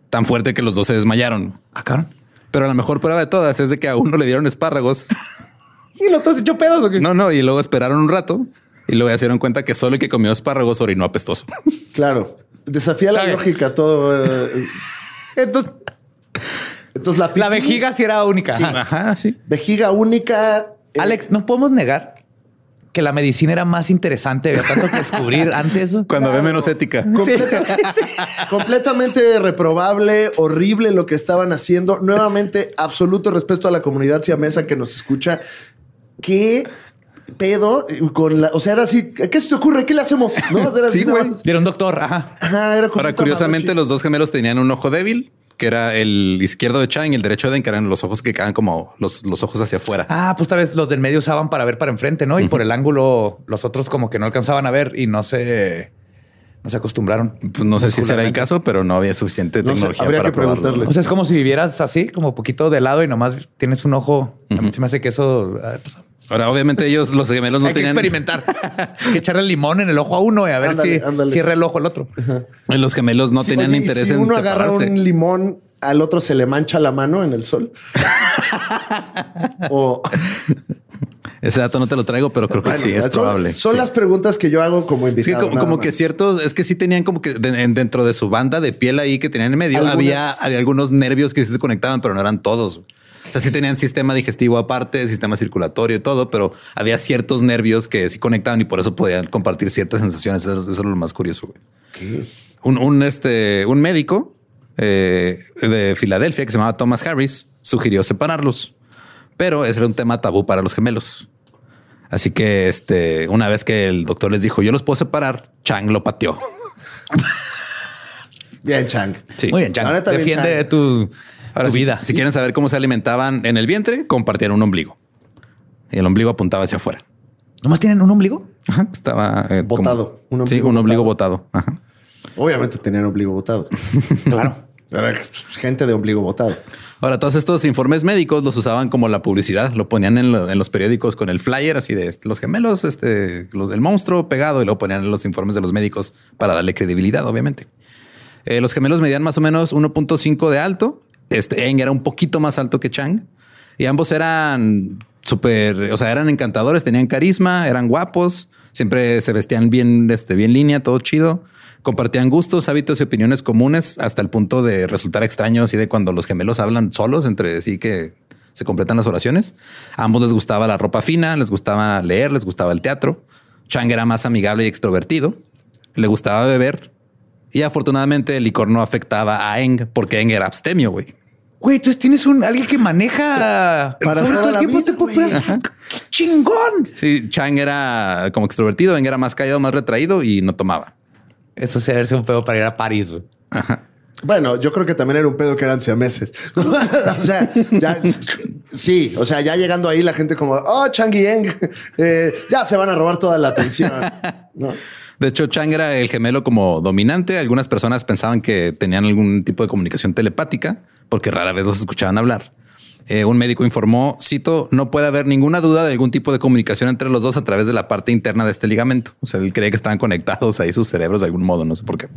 Speaker 1: tan fuerte que los dos se desmayaron.
Speaker 2: Ah, cabrón.
Speaker 1: Pero la mejor prueba de todas es de que a uno le dieron espárragos.
Speaker 2: Y el otro se echó pedos o qué?
Speaker 1: No, no, y luego esperaron un rato y luego ya se dieron cuenta que solo el que comió espárragos orinó apestoso. *laughs*
Speaker 3: Claro, desafía la
Speaker 2: Claro.
Speaker 3: lógica todo. eh,
Speaker 2: Entonces,
Speaker 3: entonces la,
Speaker 2: la
Speaker 3: pipí-
Speaker 2: vejiga sí era única.
Speaker 3: Sí.
Speaker 2: Ajá.
Speaker 1: Ajá, sí.
Speaker 3: vejiga única. eh,
Speaker 2: Alex, no podemos negar que la medicina era más interesante. Había tanto que descubrir antes.
Speaker 1: *laughs* Cuando ve menos ética. *laughs*
Speaker 3: Completa- Completamente reprobable, horrible lo que estaban haciendo. Nuevamente, absoluto respeto a la comunidad siamesa que nos escucha. Qué pedo eh, con la. O sea, era así. ¿Qué se te ocurre? ¿Qué le hacemos? ¿No? Era así,
Speaker 2: Sí,
Speaker 3: nada
Speaker 2: güey.
Speaker 3: más.
Speaker 2: Era un doctor. Ajá.
Speaker 3: Ajá, era como
Speaker 1: Ahora,
Speaker 3: un Tamagotchi.
Speaker 1: curiosamente, los dos gemelos tenían un ojo débil, que era el izquierdo de Chang y el derecho de Aang, que eran los ojos que quedaban como los, los ojos hacia afuera.
Speaker 2: Ah, pues tal vez los del medio usaban para ver para enfrente, ¿no? Y por el ángulo, los otros como que no alcanzaban a ver y no se, no se acostumbraron.
Speaker 1: Pues no sé si será el
Speaker 2: Muscularmente.
Speaker 1: caso, pero no había suficiente
Speaker 3: No sé,
Speaker 1: tecnología
Speaker 3: habría
Speaker 1: para
Speaker 3: que
Speaker 1: probarlo.
Speaker 3: preguntarles.
Speaker 2: O sea, es como si vivieras así, como poquito de lado y nomás tienes un ojo. A mí se me hace que eso... ah, pues,
Speaker 1: Ahora, obviamente, ellos, los gemelos, no
Speaker 2: hay
Speaker 1: tenían. *laughs*
Speaker 2: que experimentar. Hay que echarle limón en el ojo a uno y a ver
Speaker 3: Ándale,
Speaker 2: si
Speaker 3: ándale.
Speaker 2: cierra el ojo el otro.
Speaker 1: Los gemelos no
Speaker 3: Sí,
Speaker 1: tenían
Speaker 3: oye, ¿y
Speaker 1: interés
Speaker 3: si
Speaker 1: en
Speaker 3: uno agarra
Speaker 1: separarse.
Speaker 3: un limón, al otro se le mancha la mano en
Speaker 1: *laughs*
Speaker 3: el sol. o
Speaker 1: Ese dato no te lo traigo, pero creo que sí,
Speaker 3: Bueno,
Speaker 1: es
Speaker 3: son-
Speaker 1: probable.
Speaker 3: Son
Speaker 1: Sí.
Speaker 3: las preguntas que yo hago como
Speaker 1: Es que
Speaker 3: invitado.
Speaker 1: como,
Speaker 3: nada
Speaker 1: como
Speaker 3: más.
Speaker 1: que ciertos, es que sí tenían como que de- en- dentro de su banda de piel ahí que tenían en medio,
Speaker 3: Algunas.
Speaker 1: había, había algunos nervios que sí se conectaban, pero no eran todos. O sea, sí tenían sistema digestivo aparte, sistema circulatorio y todo, pero había ciertos nervios que sí conectaban y por eso podían compartir ciertas sensaciones. Eso, eso es lo más curioso. güey. Un, un, este, un médico eh, de Filadelfia que se llamaba Thomas Harris sugirió separarlos, pero ese era un tema tabú para los gemelos. Así que este, una vez que el doctor les dijo, yo los puedo separar, Chang lo pateó.
Speaker 3: Bien, Chang.
Speaker 1: Sí.
Speaker 2: Muy bien, Chang.
Speaker 3: Ahora está bien,
Speaker 2: Defiende
Speaker 3: Chang.
Speaker 2: tu,
Speaker 1: Ahora,
Speaker 2: tu
Speaker 1: si,
Speaker 2: vida.
Speaker 1: si quieren saber cómo se alimentaban en el vientre, compartían un ombligo. Y el ombligo apuntaba hacia afuera.
Speaker 2: ¿Nomás tienen un ombligo?
Speaker 1: Ajá, pues *laughs* Estaba eh, como-
Speaker 3: Botado, un
Speaker 1: sí,
Speaker 3: ombligo
Speaker 1: un ombligo botado. Ajá.
Speaker 3: Obviamente tenían ombligo botado.
Speaker 2: *laughs* Claro.
Speaker 3: Era gente de ombligo botado.
Speaker 1: Ahora, todos estos informes médicos los usaban como la publicidad. Lo ponían en, lo- en los periódicos con el flyer así de este, los gemelos, este, los del monstruo pegado y lo ponían en los informes de los médicos para darle credibilidad, obviamente. Eh, los gemelos medían más o menos 1.5 de alto. Este Eng era un poquito más alto que Chang y ambos eran súper, o sea, eran encantadores, tenían carisma, eran guapos, siempre se vestían bien, este, bien línea, todo chido. Compartían gustos, hábitos y opiniones comunes hasta el punto de resultar extraños y de cuando los gemelos hablan solos entre sí que se completan las oraciones. A ambos les gustaba la ropa fina, les gustaba leer, les gustaba el teatro. Chang era más amigable y extrovertido. Le gustaba beber, y afortunadamente el licor no afectaba a Eng porque Eng era abstemio, güey.
Speaker 2: Güey, entonces tienes un alguien que maneja
Speaker 3: Para
Speaker 2: sobre
Speaker 3: toda
Speaker 2: todo el
Speaker 3: la
Speaker 2: tiempo
Speaker 3: vida,
Speaker 2: te puedes- chingón.
Speaker 1: Sí, Chang era como extrovertido, Eng era más callado, más retraído y no tomaba.
Speaker 2: Eso se hace un pedo para ir a París. güey.
Speaker 3: Bueno, yo creo que también era un pedo que eran siameses. *laughs* o sea, ya, sí, o sea, ya llegando ahí la gente como, oh, Chang y Eng, eh, ya se van a robar toda la atención. ¿No?
Speaker 1: De hecho, Chang era el gemelo como dominante. Algunas personas pensaban que tenían algún tipo de comunicación telepática porque rara vez los escuchaban hablar. Eh, un médico informó, cito, no puede haber ninguna duda de algún tipo de comunicación entre los dos a través de la parte interna de este ligamento. O sea, él cree que estaban conectados ahí sus cerebros de algún modo, no sé por qué.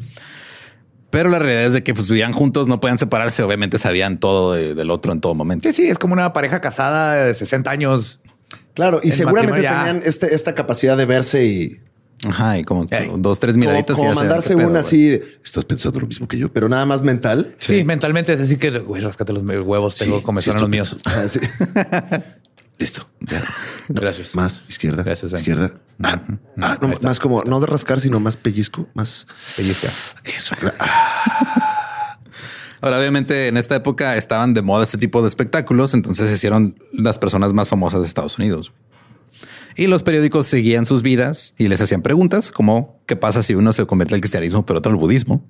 Speaker 1: Pero la realidad es de que pues, vivían juntos, no podían separarse, obviamente sabían todo de- del otro en todo momento.
Speaker 2: Sí, sí, es como una pareja casada de 60 años.
Speaker 3: Claro, y
Speaker 2: El
Speaker 3: seguramente
Speaker 2: matrimonio ya.
Speaker 3: tenían este- esta capacidad de verse y
Speaker 1: Ajá, y como
Speaker 2: Ey.
Speaker 1: dos, tres miraditas.
Speaker 3: como,
Speaker 1: y ya sabían
Speaker 3: como
Speaker 1: qué
Speaker 3: mandarse
Speaker 1: pedo, güey.
Speaker 3: una así, de, estás pensando lo mismo que yo, pero nada más mental.
Speaker 2: Sí, mentalmente es así que, güey, rascate los huevos, tengo
Speaker 3: Sí,
Speaker 2: comezón
Speaker 3: sí,
Speaker 2: en los
Speaker 3: estoy
Speaker 2: míos.
Speaker 3: pensando. Ah, sí.
Speaker 2: *laughs*
Speaker 3: Listo, ya.
Speaker 2: Gracias.
Speaker 3: Más izquierda.
Speaker 2: Gracias, Ángel.
Speaker 3: izquierda. Ah, ah, no, más como no de rascar, sino más pellizco, más
Speaker 2: Pellizca.
Speaker 3: eso. ah,
Speaker 1: Ahora, obviamente, en esta época estaban de moda este tipo de espectáculos, entonces se hicieron las personas más famosas de Estados Unidos. Y los periódicos seguían sus vidas y les hacían preguntas como qué pasa si uno se convierte al cristianismo pero otro al budismo,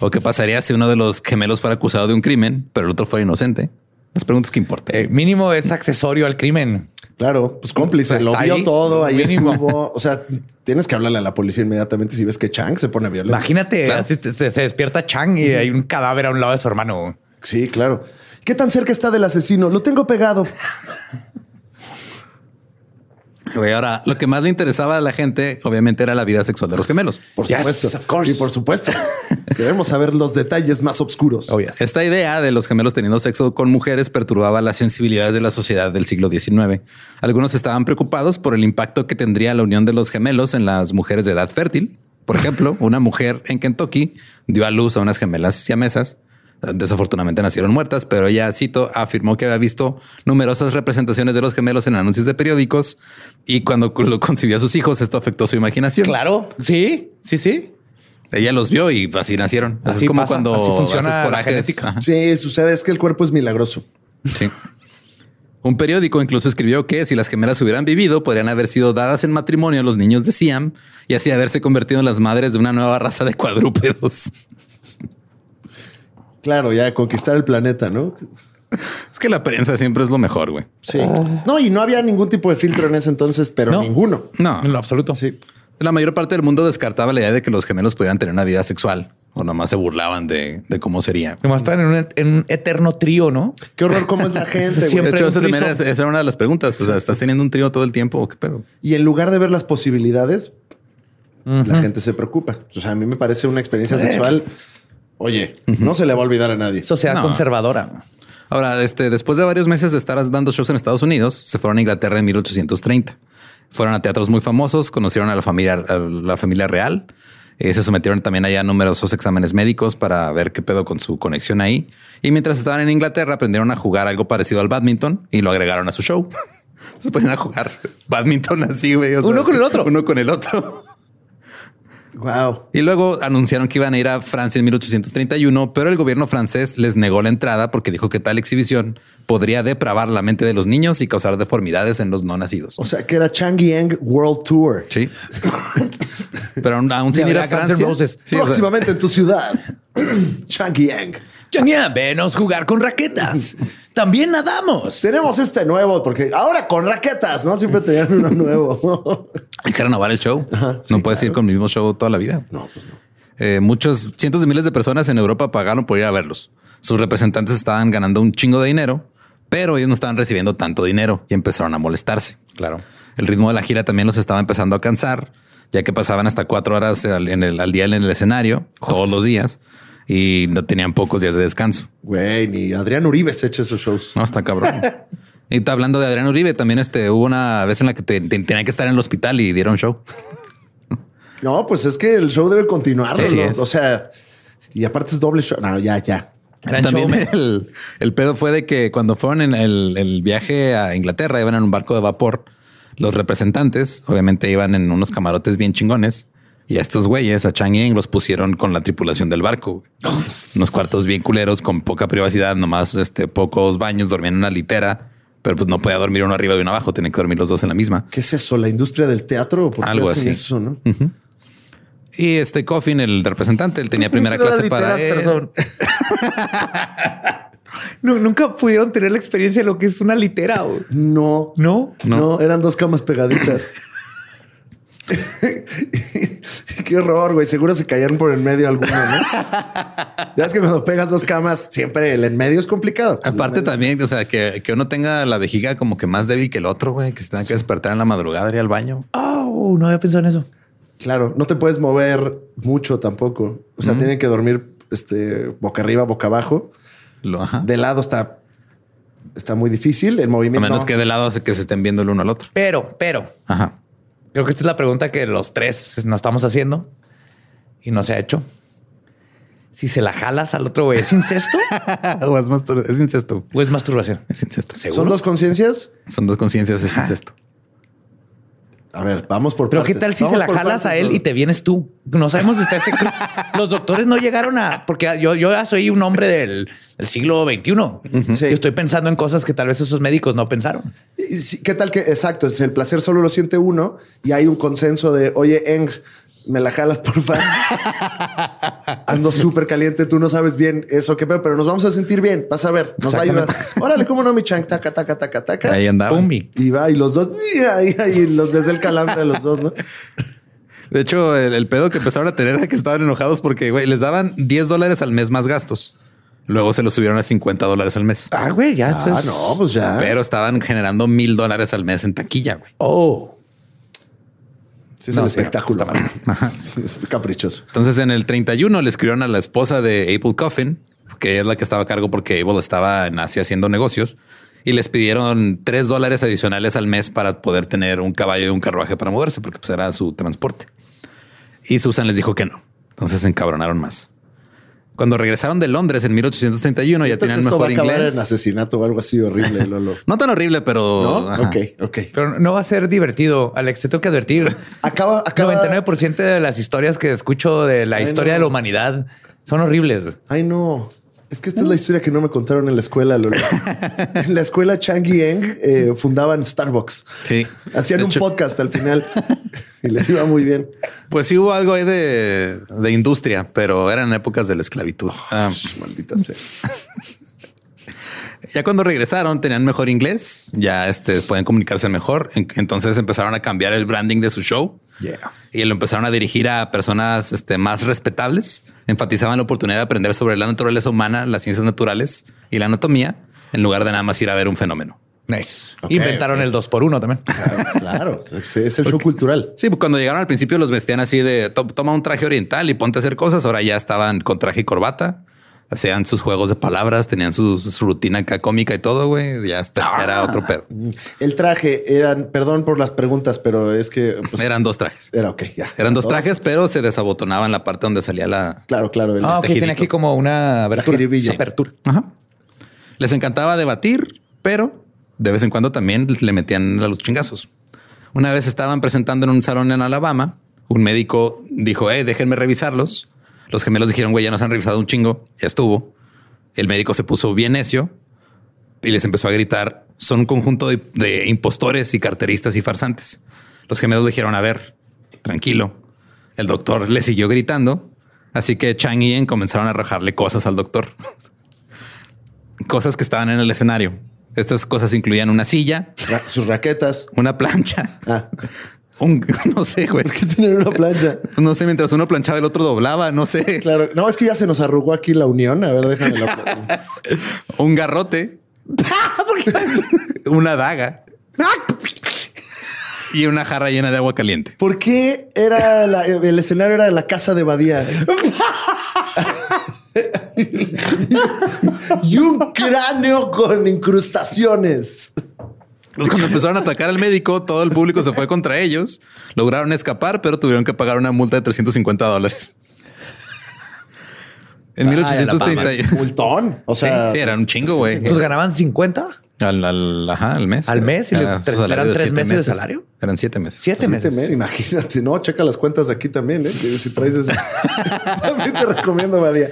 Speaker 1: o qué pasaría si uno de los gemelos fuera acusado de un crimen pero el otro fuera inocente. Las preguntas que importan.
Speaker 2: Eh, mínimo es accesorio al crimen.
Speaker 3: Claro, pues cómplice,
Speaker 2: Pues
Speaker 3: lo
Speaker 2: está
Speaker 3: vio
Speaker 2: ahí,
Speaker 3: todo, ahí
Speaker 2: mínimo.
Speaker 3: estuvo. O sea, tienes que hablarle a la policía inmediatamente si ves que Chang se pone violento.
Speaker 2: Imagínate,
Speaker 1: Claro.
Speaker 2: así te- te- se despierta Chang y hay un cadáver a un lado de su hermano.
Speaker 3: Sí, claro. ¿Qué tan cerca está del asesino? Lo tengo pegado.
Speaker 1: Güey, ahora, lo que más le interesaba a la gente, obviamente, era la vida sexual de los gemelos.
Speaker 3: Por
Speaker 2: Yes,
Speaker 3: supuesto.
Speaker 2: of course.
Speaker 3: Y
Speaker 2: *laughs*
Speaker 3: por supuesto. Queremos saber los detalles más oscuros.
Speaker 2: Oh,
Speaker 1: Esta idea de los gemelos teniendo sexo con mujeres perturbaba las sensibilidades de la sociedad del siglo XIX. Algunos estaban preocupados por el impacto que tendría la unión de los gemelos en las mujeres de edad fértil. Por
Speaker 2: *laughs*
Speaker 1: ejemplo, una mujer en Kentucky dio a luz a unas gemelas siamesas. Desafortunadamente nacieron muertas, pero ella, cito, afirmó que había visto numerosas representaciones de los gemelos en anuncios de periódicos y cuando lo concibió a sus hijos, esto afectó su imaginación.
Speaker 2: Claro. Sí, sí, sí.
Speaker 1: Ella los vio y así nacieron. Así,
Speaker 2: Así
Speaker 1: es como
Speaker 2: pasa,
Speaker 1: cuando
Speaker 2: así funciona la
Speaker 1: haces corajes.
Speaker 2: genética.
Speaker 1: Ajá.
Speaker 3: Sí, sucede, es que el cuerpo es milagroso.
Speaker 1: Sí. Un periódico incluso escribió que si las gemelas hubieran vivido, podrían haber sido dadas en matrimonio a los niños de Siam y así haberse convertido en las madres de una nueva raza de cuadrúpedos. *laughs*
Speaker 3: Claro, ya conquistar el planeta, ¿no?
Speaker 1: Es que la prensa siempre es lo mejor, güey.
Speaker 3: Sí. No, y no había ningún tipo de filtro en ese entonces, pero
Speaker 2: Ah. No.
Speaker 3: ninguno.
Speaker 1: No,
Speaker 2: En lo absoluto.
Speaker 3: Sí.
Speaker 1: la mayor parte del mundo descartaba la idea de que los gemelos pudieran tener una vida sexual o nomás se burlaban de, de cómo sería.
Speaker 2: Nomás están en un, en un eterno trío, ¿no?
Speaker 3: Qué horror
Speaker 1: *laughs*
Speaker 3: cómo es la gente. güey.
Speaker 2: Siempre
Speaker 1: de hecho,
Speaker 2: un
Speaker 1: esa, también
Speaker 2: trizo.
Speaker 1: era, esa era una de las preguntas. O sea, ¿estás teniendo un trío todo el tiempo o qué pedo?
Speaker 3: Y en lugar de ver las posibilidades, la gente se preocupa. O sea, a mí me parece una experiencia sexual. Oye, no se le va a olvidar a nadie.
Speaker 2: Sociedad
Speaker 1: No.
Speaker 2: conservadora.
Speaker 1: Ahora, este, después de varios meses de estar dando shows en Estados Unidos, se fueron a Inglaterra en 1830. Fueron a teatros muy famosos, conocieron a la familia, a la familia real. Eh, se sometieron también allá a numerosos exámenes médicos para ver qué pedo con su conexión ahí. Y mientras estaban en Inglaterra, aprendieron a jugar algo parecido al badminton y lo agregaron a su show. *laughs* se ponían a jugar badminton así, güey. o sea,
Speaker 2: Uno con el otro.
Speaker 1: Uno con el otro.
Speaker 3: Wow.
Speaker 1: Y luego anunciaron que iban a ir a Francia en 1831, pero el gobierno francés les negó la entrada porque dijo que tal exhibición podría depravar la mente de los niños y causar deformidades en los no nacidos.
Speaker 3: O sea, que era Changyang World Tour.
Speaker 1: Sí. pero aún, aún sin
Speaker 2: Ya
Speaker 1: ir a
Speaker 2: habrá Guns N'
Speaker 1: Francia.
Speaker 2: Roses.
Speaker 1: Sí, o sea,
Speaker 3: Próximamente en tu ciudad. *clears throat* Changyang.
Speaker 2: Changuea, venos jugar con raquetas. También nadamos.
Speaker 3: Tenemos este nuevo, porque ahora con raquetas, ¿no? Siempre
Speaker 1: *laughs*
Speaker 3: tenían uno nuevo. *laughs*
Speaker 1: hay que renovar el show. no puedes ir con el mismo show toda la vida. No, pues no. muchos cientos de miles de personas en Europa pagaron por ir a verlos. Sus representantes estaban ganando un chingo de dinero, pero ellos no estaban recibiendo tanto dinero y empezaron a molestarse.
Speaker 2: Claro.
Speaker 1: El ritmo de la gira también los estaba empezando a cansar, ya que pasaban hasta cuatro horas al, en el, al día en el escenario, todos los días, y no tenían pocos días de descanso.
Speaker 3: Güey, ni Adrián Uribe se echa esos shows.
Speaker 1: No, está cabrón. y está hablando de Adrián Uribe, también este, hubo una vez en la que te, te- tenía que estar en el hospital y dieron show.
Speaker 3: No, pues es que el show debe continuar.
Speaker 1: Sí, sí
Speaker 3: ¿no?
Speaker 1: es.
Speaker 3: O sea, y aparte es doble show. No, ya, ya.
Speaker 2: Gran
Speaker 1: también
Speaker 2: showman.
Speaker 1: *laughs* el, el pedo fue de que cuando fueron en el, el viaje a Inglaterra, iban en un barco de vapor, los representantes obviamente iban en unos camarotes bien chingones. Y a estos güeyes, a Chang Ying, los pusieron con la tripulación del barco. güey. Unos cuartos bien culeros con poca privacidad, nomás este, pocos baños, dormían en una litera, pero pues no podía dormir uno arriba y uno abajo, tenían que dormir los dos en la misma.
Speaker 3: ¿Qué es eso? ¿La industria del teatro? ¿Por qué
Speaker 1: Algo
Speaker 3: hacen
Speaker 1: así. *laughs*
Speaker 3: eso, no?
Speaker 1: Y este Coffin, el representante, él tenía primera clase para él.
Speaker 2: No, nunca pudieron tener la experiencia de lo que es una litera. güey.
Speaker 3: No,
Speaker 2: No.
Speaker 3: no, eran dos
Speaker 1: *laughs*
Speaker 3: camas pegaditas. *laughs* Qué horror, güey. Seguro se cayeron por en medio alguno,
Speaker 1: *laughs*
Speaker 3: ¿no? ya es que cuando pegas dos camas, siempre el en medio es complicado.
Speaker 1: Aparte
Speaker 3: El en medio-
Speaker 1: también, o sea, que, que uno tenga la vejiga como que más débil que el otro, güey, que se tenga que despertar en la madrugada, ir al baño.
Speaker 2: Oh, no había pensado en eso.
Speaker 3: Claro, no te puedes mover mucho tampoco. O sea, tienen que dormir este, boca arriba, boca abajo.
Speaker 1: Lo, ajá.
Speaker 3: De lado está, está muy difícil el
Speaker 1: a
Speaker 3: movimiento.
Speaker 1: menos que de lado hace que se estén viendo el uno al otro.
Speaker 2: Pero, pero,
Speaker 1: Ajá.
Speaker 2: creo que esta es la pregunta que los tres nos estamos haciendo y no se ha hecho. Si se la jalas al otro güey, ¿es incesto
Speaker 1: o es, mastur- es incesto.
Speaker 2: o es masturbación?
Speaker 1: Es incesto.
Speaker 2: Seguro.
Speaker 3: ¿Son dos conciencias?
Speaker 1: Son dos conciencias, es incesto.
Speaker 3: A ver, vamos por
Speaker 2: Pero qué
Speaker 3: partes.
Speaker 2: tal si
Speaker 3: Vamos
Speaker 2: se la
Speaker 3: por
Speaker 2: jalas
Speaker 3: partes,
Speaker 2: a él
Speaker 3: ¿no?
Speaker 2: y te vienes tú. No sabemos si está ese
Speaker 3: *laughs*
Speaker 2: cruz. Los doctores no llegaron a porque yo, yo ya soy un hombre del, del siglo XXI.
Speaker 3: Sí.
Speaker 2: Yo estoy pensando en cosas que tal vez esos médicos no pensaron.
Speaker 3: Y sí, ¿Qué tal que, exacto, el placer solo lo siente uno y hay un consenso de, oye, Eng, me la jalas, porfa. Ando súper caliente, tú no sabes bien eso qué pedo, pero nos vamos a sentir bien, vas a ver, nos va a ayudar. Órale, ¿cómo no, mi chang? Taca, taca, taca, taca.
Speaker 1: Ahí andaba.
Speaker 2: Pumbi.
Speaker 3: Y va, y los dos, y ahí, ahí, los desde el calambre a los dos, ¿no?
Speaker 1: De hecho, el, el pedo que empezaron a tener era que estaban enojados porque, güey, les daban 10 dólares al mes más gastos. Luego se los subieron a 50 dólares al mes.
Speaker 2: Ah, güey, ya. eso
Speaker 3: Ah,
Speaker 2: es-
Speaker 3: no, pues ya.
Speaker 1: Pero estaban generando mil dólares al mes en taquilla, güey.
Speaker 2: Oh,
Speaker 3: Sí, es
Speaker 2: No,
Speaker 3: el
Speaker 2: sí, no,
Speaker 3: espectáculo.
Speaker 2: está
Speaker 3: *laughs*
Speaker 2: mal.
Speaker 3: Ajá. Sí, es caprichoso.
Speaker 1: Entonces en el 31 le escribieron a la esposa de Abel Coffin, que es la que estaba a cargo porque Abel estaba en Asia haciendo negocios, y les pidieron tres dólares adicionales al mes para poder tener un caballo y un carruaje para moverse, porque pues era su transporte. Y Susan les dijo que no. Entonces se encabronaron más. Cuando regresaron de Londres en 1831 ya tenían
Speaker 3: Entonces,
Speaker 1: mejor
Speaker 3: Eso va a acabar
Speaker 1: inglés.
Speaker 3: en asesinato o algo así horrible, Lolo.
Speaker 1: No tan horrible, pero...
Speaker 3: ¿No?
Speaker 1: ajá.
Speaker 3: Ok, ok.
Speaker 2: pero no va a ser divertido. Alex, te tengo que advertir.
Speaker 3: Acaba, *laughs* acaba.
Speaker 2: 99% de las historias que escucho de la
Speaker 3: Ay,
Speaker 2: historia
Speaker 3: no.
Speaker 2: de la humanidad son horribles. güey.
Speaker 3: Ay, no. Es que esta
Speaker 2: Mm.
Speaker 3: es la historia que no me contaron en la
Speaker 2: *laughs*
Speaker 3: escuela, Lolo. en la escuela Changi Eng eh, fundaban Starbucks.
Speaker 1: Sí.
Speaker 3: Hacían
Speaker 1: De
Speaker 3: un
Speaker 1: hecho-
Speaker 3: podcast al final y les iba muy bien.
Speaker 1: Pues sí hubo algo ahí de, de industria, pero eran épocas de la esclavitud. Ah,
Speaker 3: Maldita sea.
Speaker 1: ya cuando regresaron tenían mejor inglés, ya este, pueden comunicarse mejor. En- Entonces empezaron a cambiar el branding de su show. y lo empezaron a dirigir a personas este, más respetables. Enfatizaban la oportunidad de aprender sobre la naturaleza humana, las ciencias naturales y la anatomía, en lugar de nada más ir a ver un fenómeno.
Speaker 2: Nice.
Speaker 3: Ok,
Speaker 2: Inventaron el 2 por 1 también.
Speaker 3: Claro, es es el show cultural.
Speaker 1: Sí, pues cuando llegaron al principio los vestían así de "To- toma un traje oriental y ponte a hacer cosas. Ahora ya estaban con traje y corbata, hacían sus juegos de palabras, tenían su, su rutina acá cómica y todo, güey. Ya está, era otro pedo.
Speaker 3: El traje eran, perdón por las preguntas, pero es que pues,
Speaker 1: Eran dos trajes.
Speaker 3: era ok, ya.
Speaker 1: Eran dos
Speaker 3: Todos-
Speaker 1: trajes, pero se desabotonaban la parte donde salía la,
Speaker 3: Claro, claro. *laughs* el-
Speaker 2: Ah, ok. Tiene
Speaker 1: Tejidito.
Speaker 2: aquí como una abertura.
Speaker 3: jiribilla.
Speaker 2: apertura.
Speaker 1: Ajá. Les encantaba debatir, pero de vez en cuando también le metían a los chingazos. Una vez estaban presentando en un salón en Alabama, un médico dijo, hey, déjenme revisarlos. Los gemelos dijeron, güey, ya nos han revisado un chingo, ya estuvo. El médico se puso bien necio y les empezó a gritar, son un conjunto de, de impostores y carteristas y farsantes. Los gemelos dijeron, a ver, tranquilo. El doctor le siguió gritando, así que Chang y Ian comenzaron a rajarle cosas al doctor cosas que estaban en el escenario. Estas cosas incluían una silla,
Speaker 3: ra- sus raquetas.
Speaker 1: una plancha, *laughs*
Speaker 2: *laughs*
Speaker 3: Ah,
Speaker 1: un *laughs* no sé, güey.
Speaker 3: ¿por qué tener una plancha?
Speaker 1: No sé, mientras uno planchaba, el otro doblaba, no sé,
Speaker 3: Claro, no, es que ya se nos arrugó aquí la unión. A ver,
Speaker 1: *laughs*
Speaker 3: déjame la.
Speaker 1: un garrote, *laughs* una daga y una jarra llena de agua caliente.
Speaker 3: ¿Por qué era la- el escenario era la casa de Badía? y un cráneo con incrustaciones.
Speaker 1: Entonces, cuando empezaron a atacar al médico, todo el público se fue contra ellos. Lograron escapar, pero tuvieron que pagar una multa de 350 dólares. En 1830.
Speaker 3: Multón.
Speaker 1: *laughs*
Speaker 3: O
Speaker 1: Sí,
Speaker 3: sea,
Speaker 1: sí, eran un chingo, güey.
Speaker 2: Entonces ganaban 50,
Speaker 1: Al, al, ajá, al mes.
Speaker 2: ¿Al mes? ¿Y les-
Speaker 1: Era su
Speaker 2: tres-
Speaker 1: salario
Speaker 2: eran tres
Speaker 1: siete
Speaker 2: meses de salario?
Speaker 1: Eran siete meses.
Speaker 2: 7
Speaker 3: siete
Speaker 2: meses.
Speaker 3: meses, imagínate. No, checa las cuentas de aquí también. ¿eh? Digo, Si traes eso. también te recomiendo Badía.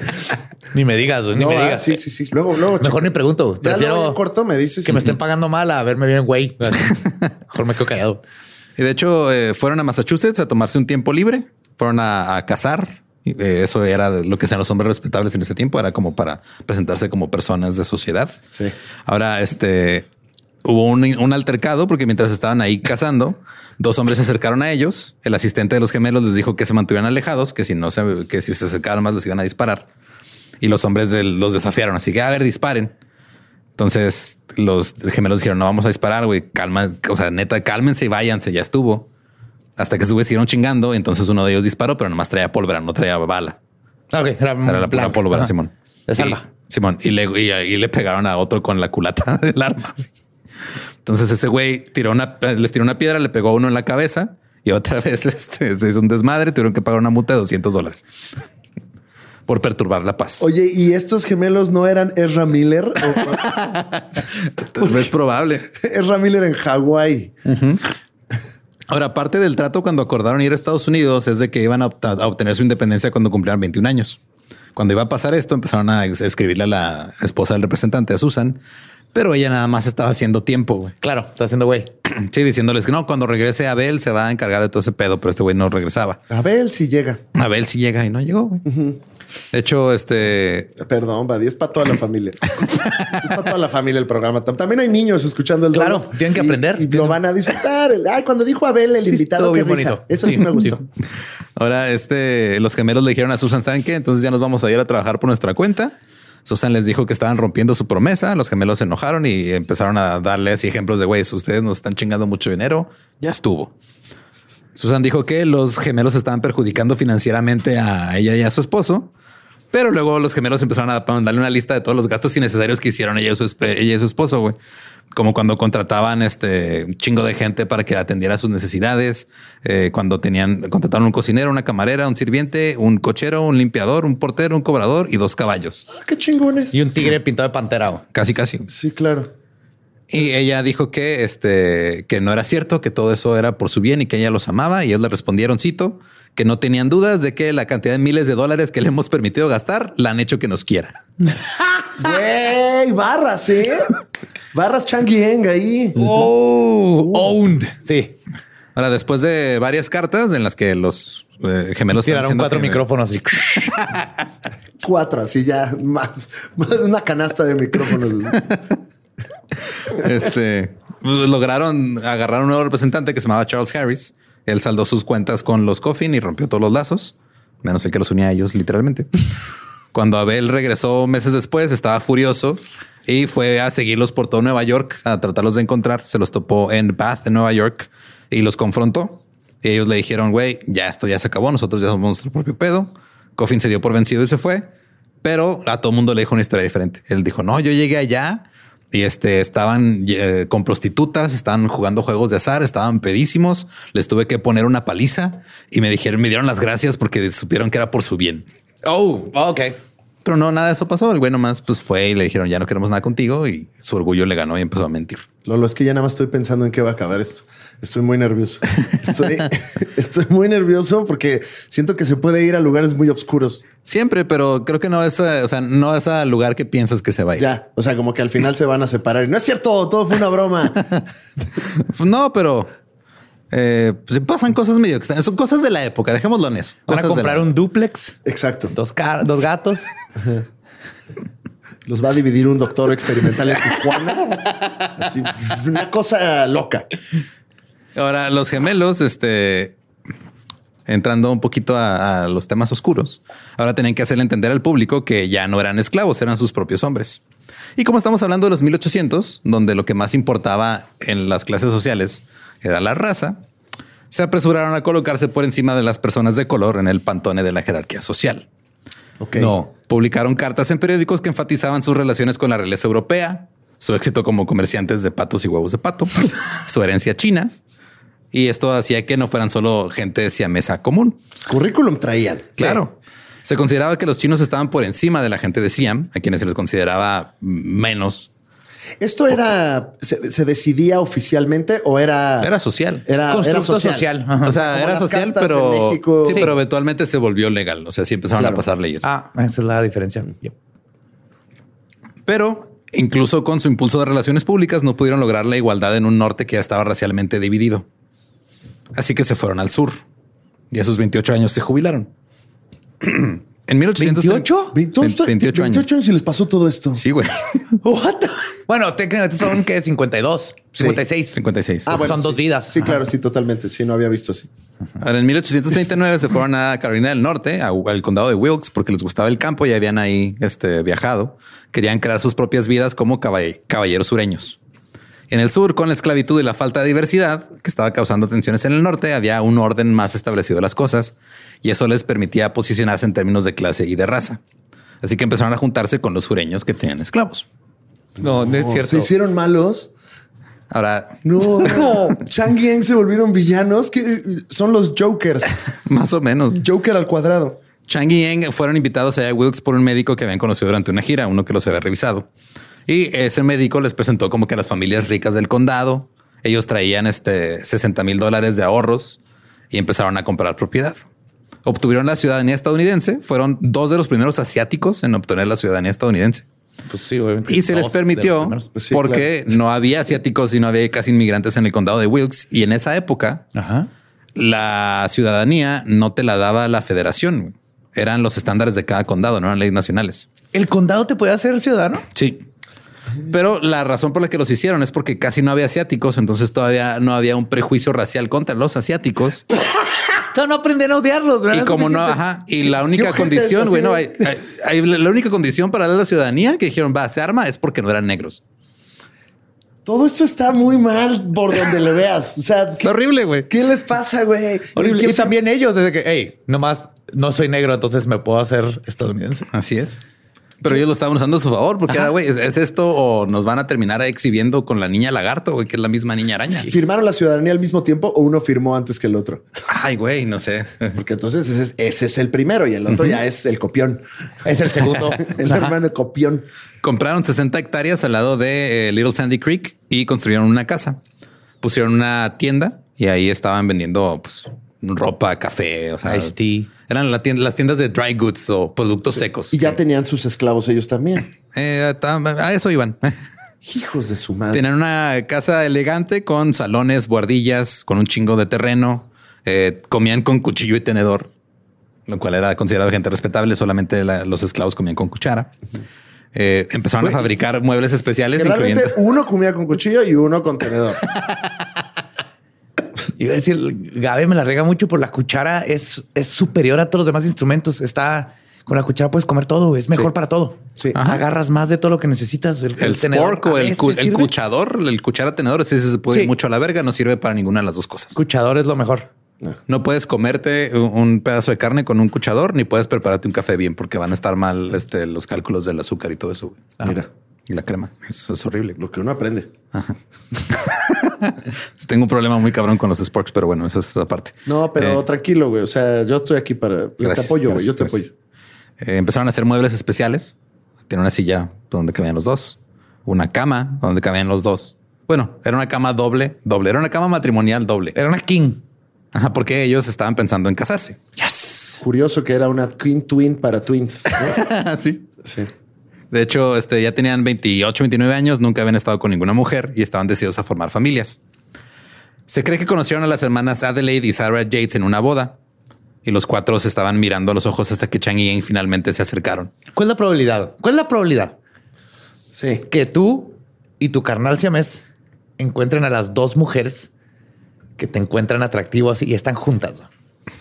Speaker 2: Ni me digas, güey, ni
Speaker 3: No,
Speaker 2: me
Speaker 3: ah,
Speaker 2: digas.
Speaker 3: sí, sí, sí. Luego, luego.
Speaker 2: Mejor
Speaker 3: checa.
Speaker 2: ni pregunto. güey.
Speaker 3: Ya
Speaker 2: Prefiero
Speaker 3: luego en corto me dices.
Speaker 2: que me estén pagando mal a verme bien,
Speaker 3: *laughs*
Speaker 2: güey. Mejor me quedo callado.
Speaker 1: Y de hecho, eh, fueron a Massachusetts a tomarse un tiempo libre. Fueron a, a cazar. Y, eh, eso era de lo que sean los hombres respetables en ese tiempo. Era como para presentarse como personas de sociedad.
Speaker 3: Sí.
Speaker 1: Ahora, este hubo un, un altercado porque mientras estaban ahí cazando, dos hombres se acercaron a ellos. El asistente de los gemelos les dijo que se mantuvieran alejados, que si no se, que si se acercaban más les iban a disparar. Y los hombres del- los desafiaron. Así que a ver, disparen. Entonces los gemelos dijeron, no vamos a disparar, güey, calma, o sea, neta, cálmense y váyanse, ya estuvo. Hasta que sus güeyes siguieron chingando, entonces uno de ellos disparó, pero nomás traía pólvora, no traía bala.
Speaker 2: Ah, Ok, era,
Speaker 1: O sea, era la pura
Speaker 2: blanco.
Speaker 1: pólvora,
Speaker 2: Ajá.
Speaker 1: Simón.
Speaker 2: De
Speaker 1: Y-
Speaker 2: salva.
Speaker 1: Simón, y le, y, y le pegaron a otro con la culata *laughs* del arma. Entonces ese güey tiró una, les tiró una piedra, le pegó a uno en la cabeza y otra *laughs* vez este, se hizo un desmadre, tuvieron que pagar una multa de 200 dólares *laughs* por perturbar la paz.
Speaker 3: Oye, ¿y estos gemelos no eran Ezra Miller? *laughs* O-
Speaker 1: es probable.
Speaker 3: Ezra Miller en Hawái.
Speaker 1: Ahora, parte del trato cuando acordaron ir a Estados Unidos es de que iban a, opta- a obtener su independencia cuando cumplieran 21 años. Cuando iba a pasar esto, empezaron a ex- escribirle a la esposa del representante, a Susan, pero ella nada más estaba haciendo tiempo, güey.
Speaker 2: Claro, está haciendo güey.
Speaker 1: Sí, diciéndoles que no, cuando regrese Abel se va a encargar de todo ese pedo, pero este güey no regresaba.
Speaker 3: A ver si llega.
Speaker 1: Abel sí llega y no llegó, güey. De hecho, este,
Speaker 3: Perdón, Buddy, es para toda
Speaker 2: *laughs*
Speaker 3: la familia. es para toda la familia el programa. Tam- También hay niños escuchando el
Speaker 2: Claro,
Speaker 3: Dolo.
Speaker 2: tienen que
Speaker 3: Y-
Speaker 2: aprender.
Speaker 3: Y, lo van a disfrutar. El- Ay, cuando dijo Abel, el
Speaker 2: Sí,
Speaker 3: invitado,
Speaker 2: estuvo
Speaker 3: qué
Speaker 2: bien
Speaker 3: risa.
Speaker 2: bonito.
Speaker 3: Eso sí,
Speaker 2: Sí,
Speaker 3: me gustó.
Speaker 1: Ahora, este, los gemelos le dijeron a Susan, ¿saben qué? Entonces ya nos vamos a ir a trabajar por nuestra cuenta. Susan les dijo que estaban rompiendo su promesa. Los gemelos se enojaron y empezaron a darles ejemplos de, güey, ustedes nos están chingando mucho dinero. Ya estuvo. Susan dijo que los gemelos estaban perjudicando financieramente a ella y a su esposo. Pero luego los gemelos empezaron a mandarle una lista de todos los gastos innecesarios que hicieron ella y su, esp- ella y su esposo, güey. Como cuando contrataban este un chingo de gente para que atendiera sus necesidades, eh, cuando tenían, contrataron un cocinero, una camarera, un sirviente, un cochero, un limpiador, un portero, un cobrador y dos caballos.
Speaker 3: Ah, qué chingones.
Speaker 2: Y un tigre pintado de pantera. güey.
Speaker 1: Casi, casi.
Speaker 3: Sí, claro.
Speaker 1: Y ella dijo que este que no era cierto, que todo eso era por su bien y que ella los amaba. Y ellos le respondieron, cito, que no tenían dudas de que la cantidad de miles de dólares que le hemos permitido gastar la han hecho que nos quiera.
Speaker 3: Güey, barras, ¿eh? Barras Changuieng ahí.
Speaker 2: Oh, owned. Sí.
Speaker 1: Ahora, después de varias cartas en las que los eh, gemelos están
Speaker 2: Tiraron
Speaker 1: diciendo
Speaker 2: cuatro
Speaker 1: que-
Speaker 2: micrófonos y
Speaker 3: Cuatro, así ya, más, más una canasta de micrófonos.
Speaker 1: este, lograron agarrar a un nuevo representante que se llamaba Charles Harris. Él saldó sus cuentas con los Coffin y rompió todos los lazos, menos el que los unía a ellos literalmente. Cuando Abel regresó meses después, estaba furioso y fue a seguirlos por todo Nueva York a tratarlos de encontrar. Se los topó en Bath, en Nueva York, y los confrontó. Y ellos le dijeron, güey, ya esto ya se acabó, nosotros ya somos nuestro propio pedo. Coffin se dio por vencido y se fue. Pero a todo mundo le dijo una historia diferente. Él dijo, no, yo llegué allá y este estaban eh, con prostitutas, estaban jugando juegos de azar, estaban pedísimos. Les tuve que poner una paliza y me dijeron, me dieron las gracias porque supieron que era por su bien.
Speaker 2: *laughs* Oh, ok.
Speaker 1: Pero no, nada de eso pasó. El güey nomás pues fue y le dijeron ya no queremos nada contigo y su orgullo le ganó y empezó a mentir.
Speaker 3: Lolo, es que ya nada más estoy pensando en qué va a acabar esto. Estoy muy nervioso. Estoy, *laughs* estoy muy nervioso porque siento que se puede ir a lugares muy oscuros.
Speaker 1: Siempre, pero creo que no es, eh, o sea, no es al lugar que piensas que se va a ir.
Speaker 3: Ya, o sea, como que al final se van a separar. Y no es cierto, todo fue
Speaker 2: *laughs*
Speaker 3: una broma.
Speaker 1: Pues *laughs* No, pero eh, pues, pasan cosas medio extrañas. Son cosas de la época. Dejémoslo en eso.
Speaker 2: Van
Speaker 1: Cosas
Speaker 2: a
Speaker 1: de
Speaker 2: comprar
Speaker 1: la-
Speaker 2: un duplex,
Speaker 3: Exacto.
Speaker 2: dos, ca- dos gatos.
Speaker 3: Los va a dividir un doctor experimental en Tijuana. Así, una cosa loca.
Speaker 1: Ahora, los gemelos, este, entrando un poquito a, a los temas oscuros, ahora tenían que hacerle entender al público que ya no eran esclavos, eran sus propios hombres. Y como estamos hablando de los 1800, donde lo que más importaba en las clases sociales era la raza, se apresuraron a colocarse por encima de las personas de color en el pantone de la jerarquía social.
Speaker 3: Ok.
Speaker 1: No. Publicaron cartas en periódicos que enfatizaban sus relaciones con la realeza europea, su éxito como comerciantes de patos y huevos de
Speaker 3: *laughs*
Speaker 1: pato, su herencia china. Y esto hacía que no fueran solo gente siamesa común.
Speaker 3: Currículum traían.
Speaker 1: Claro. Se consideraba que los chinos estaban por encima de la gente de Siam, a quienes se les consideraba menos.
Speaker 3: ¿Esto era, se, se decidía oficialmente o era...
Speaker 1: Era social.
Speaker 3: Era, era
Speaker 2: Constructo
Speaker 3: social.
Speaker 2: social. Ajá.
Speaker 1: O sea,
Speaker 3: Ah. Eh, Como
Speaker 1: era
Speaker 3: las
Speaker 1: social,
Speaker 3: castas en
Speaker 1: pero,
Speaker 3: México.
Speaker 1: sí,
Speaker 3: Sí.
Speaker 1: pero eventualmente se volvió legal. O sea, sí empezaron
Speaker 3: Claro.
Speaker 1: a pasar leyes.
Speaker 2: Ah, esa es la diferencia.
Speaker 1: Pero incluso con su impulso de relaciones públicas no pudieron lograr la igualdad en un norte que ya estaba racialmente dividido. Así que se fueron al sur y a sus 28 años se jubilaron. *clears throat* en 1838
Speaker 3: 28,
Speaker 1: 28 años.
Speaker 3: años y les pasó todo esto.
Speaker 1: Sí, güey.
Speaker 3: What the-
Speaker 2: Bueno, técnicamente son que 52, 56.
Speaker 1: 56.
Speaker 2: Ah, Son
Speaker 3: sí.
Speaker 2: dos vidas.
Speaker 3: Sí,
Speaker 2: Ajá.
Speaker 3: claro, sí, totalmente. Sí, no había visto así.
Speaker 1: Ahora, en 1839 se fueron a Carolina del Norte, a- al condado de Wilkes, porque les gustaba el campo y habían ahí este, viajado. Querían crear sus propias vidas como caball- caballeros sureños. En el sur, con la esclavitud y la falta de diversidad que estaba causando tensiones en el norte, había un orden más establecido de las cosas y eso les permitía posicionarse en términos de clase y de raza. Así que empezaron a juntarse con los sureños que tenían esclavos.
Speaker 2: No, no es
Speaker 3: Se
Speaker 2: cierto.
Speaker 3: hicieron malos.
Speaker 1: Ahora,
Speaker 2: *laughs*
Speaker 3: No, no. Chang y Eng se volvieron villanos que eh, son los
Speaker 2: *laughs*
Speaker 3: Jokers.
Speaker 1: más o menos.
Speaker 3: Joker al cuadrado.
Speaker 1: Chang y Eng fueron invitados allá a Wilkes por un médico que habían conocido durante una gira, uno que los había revisado. Y ese médico les presentó como que a las familias ricas del condado. Ellos traían este 60 mil dólares de ahorros y empezaron a comprar propiedad. Obtuvieron la ciudadanía estadounidense. Fueron dos de los primeros asiáticos en obtener la ciudadanía estadounidense.
Speaker 2: Pues sí, obviamente.
Speaker 1: Y se les
Speaker 2: Dos de los
Speaker 1: permitió
Speaker 2: primeros.
Speaker 3: Pues sí,
Speaker 1: porque no había asiáticos y no había casi inmigrantes en el condado de Wilkes. Y en esa época
Speaker 2: Ajá.
Speaker 1: la ciudadanía no te la daba la federación. güey. Eran los estándares de cada condado, no eran leyes nacionales.
Speaker 2: ¿El condado te puede hacer ciudadano?
Speaker 1: Sí. Pero la razón por la que los hicieron es porque casi no había asiáticos, entonces todavía no había un prejuicio racial contra los asiáticos.
Speaker 2: O sea, no aprenden a odiarlos,
Speaker 1: Y
Speaker 2: ¿verdad?
Speaker 1: como no,
Speaker 2: Suficiente.
Speaker 1: ajá, y la única
Speaker 3: ojete es
Speaker 1: condición,
Speaker 3: así
Speaker 1: bueno,
Speaker 3: de-
Speaker 1: hay, hay- hay- la única condición para darle a la ciudadanía que dijeron va, se arma es porque no eran negros.
Speaker 3: Todo esto está muy mal por donde le veas. O sea,
Speaker 1: Está horrible, güey.
Speaker 3: ¿qué les pasa, güey?
Speaker 2: Horrible.
Speaker 3: ¿Quién-
Speaker 2: Y también ellos, desde que, hey, nomás no soy negro, entonces me puedo hacer estadounidense.
Speaker 1: Así es. Pero ellos lo estaban usando a su favor porque era, güey, ¿es, es esto o nos van a terminar exhibiendo con la niña lagarto, güey, que es la misma niña araña.
Speaker 3: ¿Firmaron la ciudadanía al mismo tiempo o uno firmó antes que el otro?
Speaker 1: Ay, güey, no sé.
Speaker 3: Porque entonces ese es, ese es el primero y el otro ya es el copión.
Speaker 2: Es el segundo.
Speaker 3: *laughs* El hermano copión.
Speaker 1: Compraron 60 hectáreas al lado de eh, Little Sandy Creek y construyeron una casa. Pusieron una tienda y ahí estaban vendiendo pues, ropa, café, o sea,
Speaker 2: Iced tea.
Speaker 1: eran la tienda- las tiendas de dry goods o productos secos.
Speaker 3: Y ya tenían sus esclavos ellos también.
Speaker 1: Eh, a a eso iban. *laughs*
Speaker 3: Hijos de su madre.
Speaker 1: Tenían una casa elegante con salones, guardillas, con un chingo de terreno. Eh, comían con cuchillo y tenedor, lo cual era considerado gente respetable. Solamente la- los esclavos comían con cuchara. Eh, empezaron a fabricar muebles especiales,
Speaker 3: Que realmente
Speaker 1: incluyendo.
Speaker 3: uno comía con cuchillo y uno con tenedor.
Speaker 2: *laughs* Iba a decir, Gabe me la rega mucho por la cuchara. Es, es superior a todos los demás instrumentos. Está con la cuchara puedes comer todo. Es mejor
Speaker 3: Sí.
Speaker 2: para todo.
Speaker 3: Sí.
Speaker 2: Ajá. Agarras más de todo lo que necesitas. El,
Speaker 1: El
Speaker 2: tenedor
Speaker 1: spork o
Speaker 2: a
Speaker 1: el,
Speaker 2: veces
Speaker 1: cu- el
Speaker 2: sirve.
Speaker 1: cuchador, el cuchara tenedor, ese se puede ir
Speaker 2: Sí.
Speaker 1: mucho a la verga, no sirve para ninguna de las dos cosas.
Speaker 2: Cuchador es lo mejor.
Speaker 1: No puedes comerte un- un pedazo de carne con un cuchador, ni puedes prepararte un café bien, porque van a estar mal este, los cálculos del azúcar y todo eso. güey.
Speaker 3: Mira,
Speaker 1: Y la crema. Eso es horrible.
Speaker 3: lo que uno aprende.
Speaker 1: Tengo un problema muy cabrón con los sporks, pero bueno, eso es aparte.
Speaker 3: No, pero
Speaker 1: Eh,
Speaker 3: tranquilo, güey. O sea, yo estoy aquí para. yo
Speaker 1: gracias,
Speaker 3: te apoyo, güey. Yo te
Speaker 1: gracias,
Speaker 3: apoyo.
Speaker 1: gracias. Eh, empezaron a hacer muebles especiales. Tiene una silla donde cabían los dos, una cama donde cabían los dos. Bueno, era una cama doble, doble. Era una cama matrimonial doble.
Speaker 2: Era una king.
Speaker 1: Ajá, porque ellos estaban pensando en casarse.
Speaker 3: Curioso que era una queen twin para twins.
Speaker 1: *laughs*
Speaker 3: ¿no?
Speaker 1: sí.
Speaker 3: sí.
Speaker 1: De hecho, este, ya tenían 28, 29 años, nunca habían estado con ninguna mujer y estaban decididos a formar familias. Se cree que conocieron a las hermanas Adelaide y Sarah Yates en una boda y los cuatro se estaban mirando a los ojos hasta que Chang y Yang finalmente se acercaron.
Speaker 2: ¿Cuál es la probabilidad? ¿Cuál es la probabilidad?
Speaker 3: Sí.
Speaker 2: Que tú y tu carnal siamés encuentren a las dos mujeres que te encuentran atractivas y están juntas. ¿no?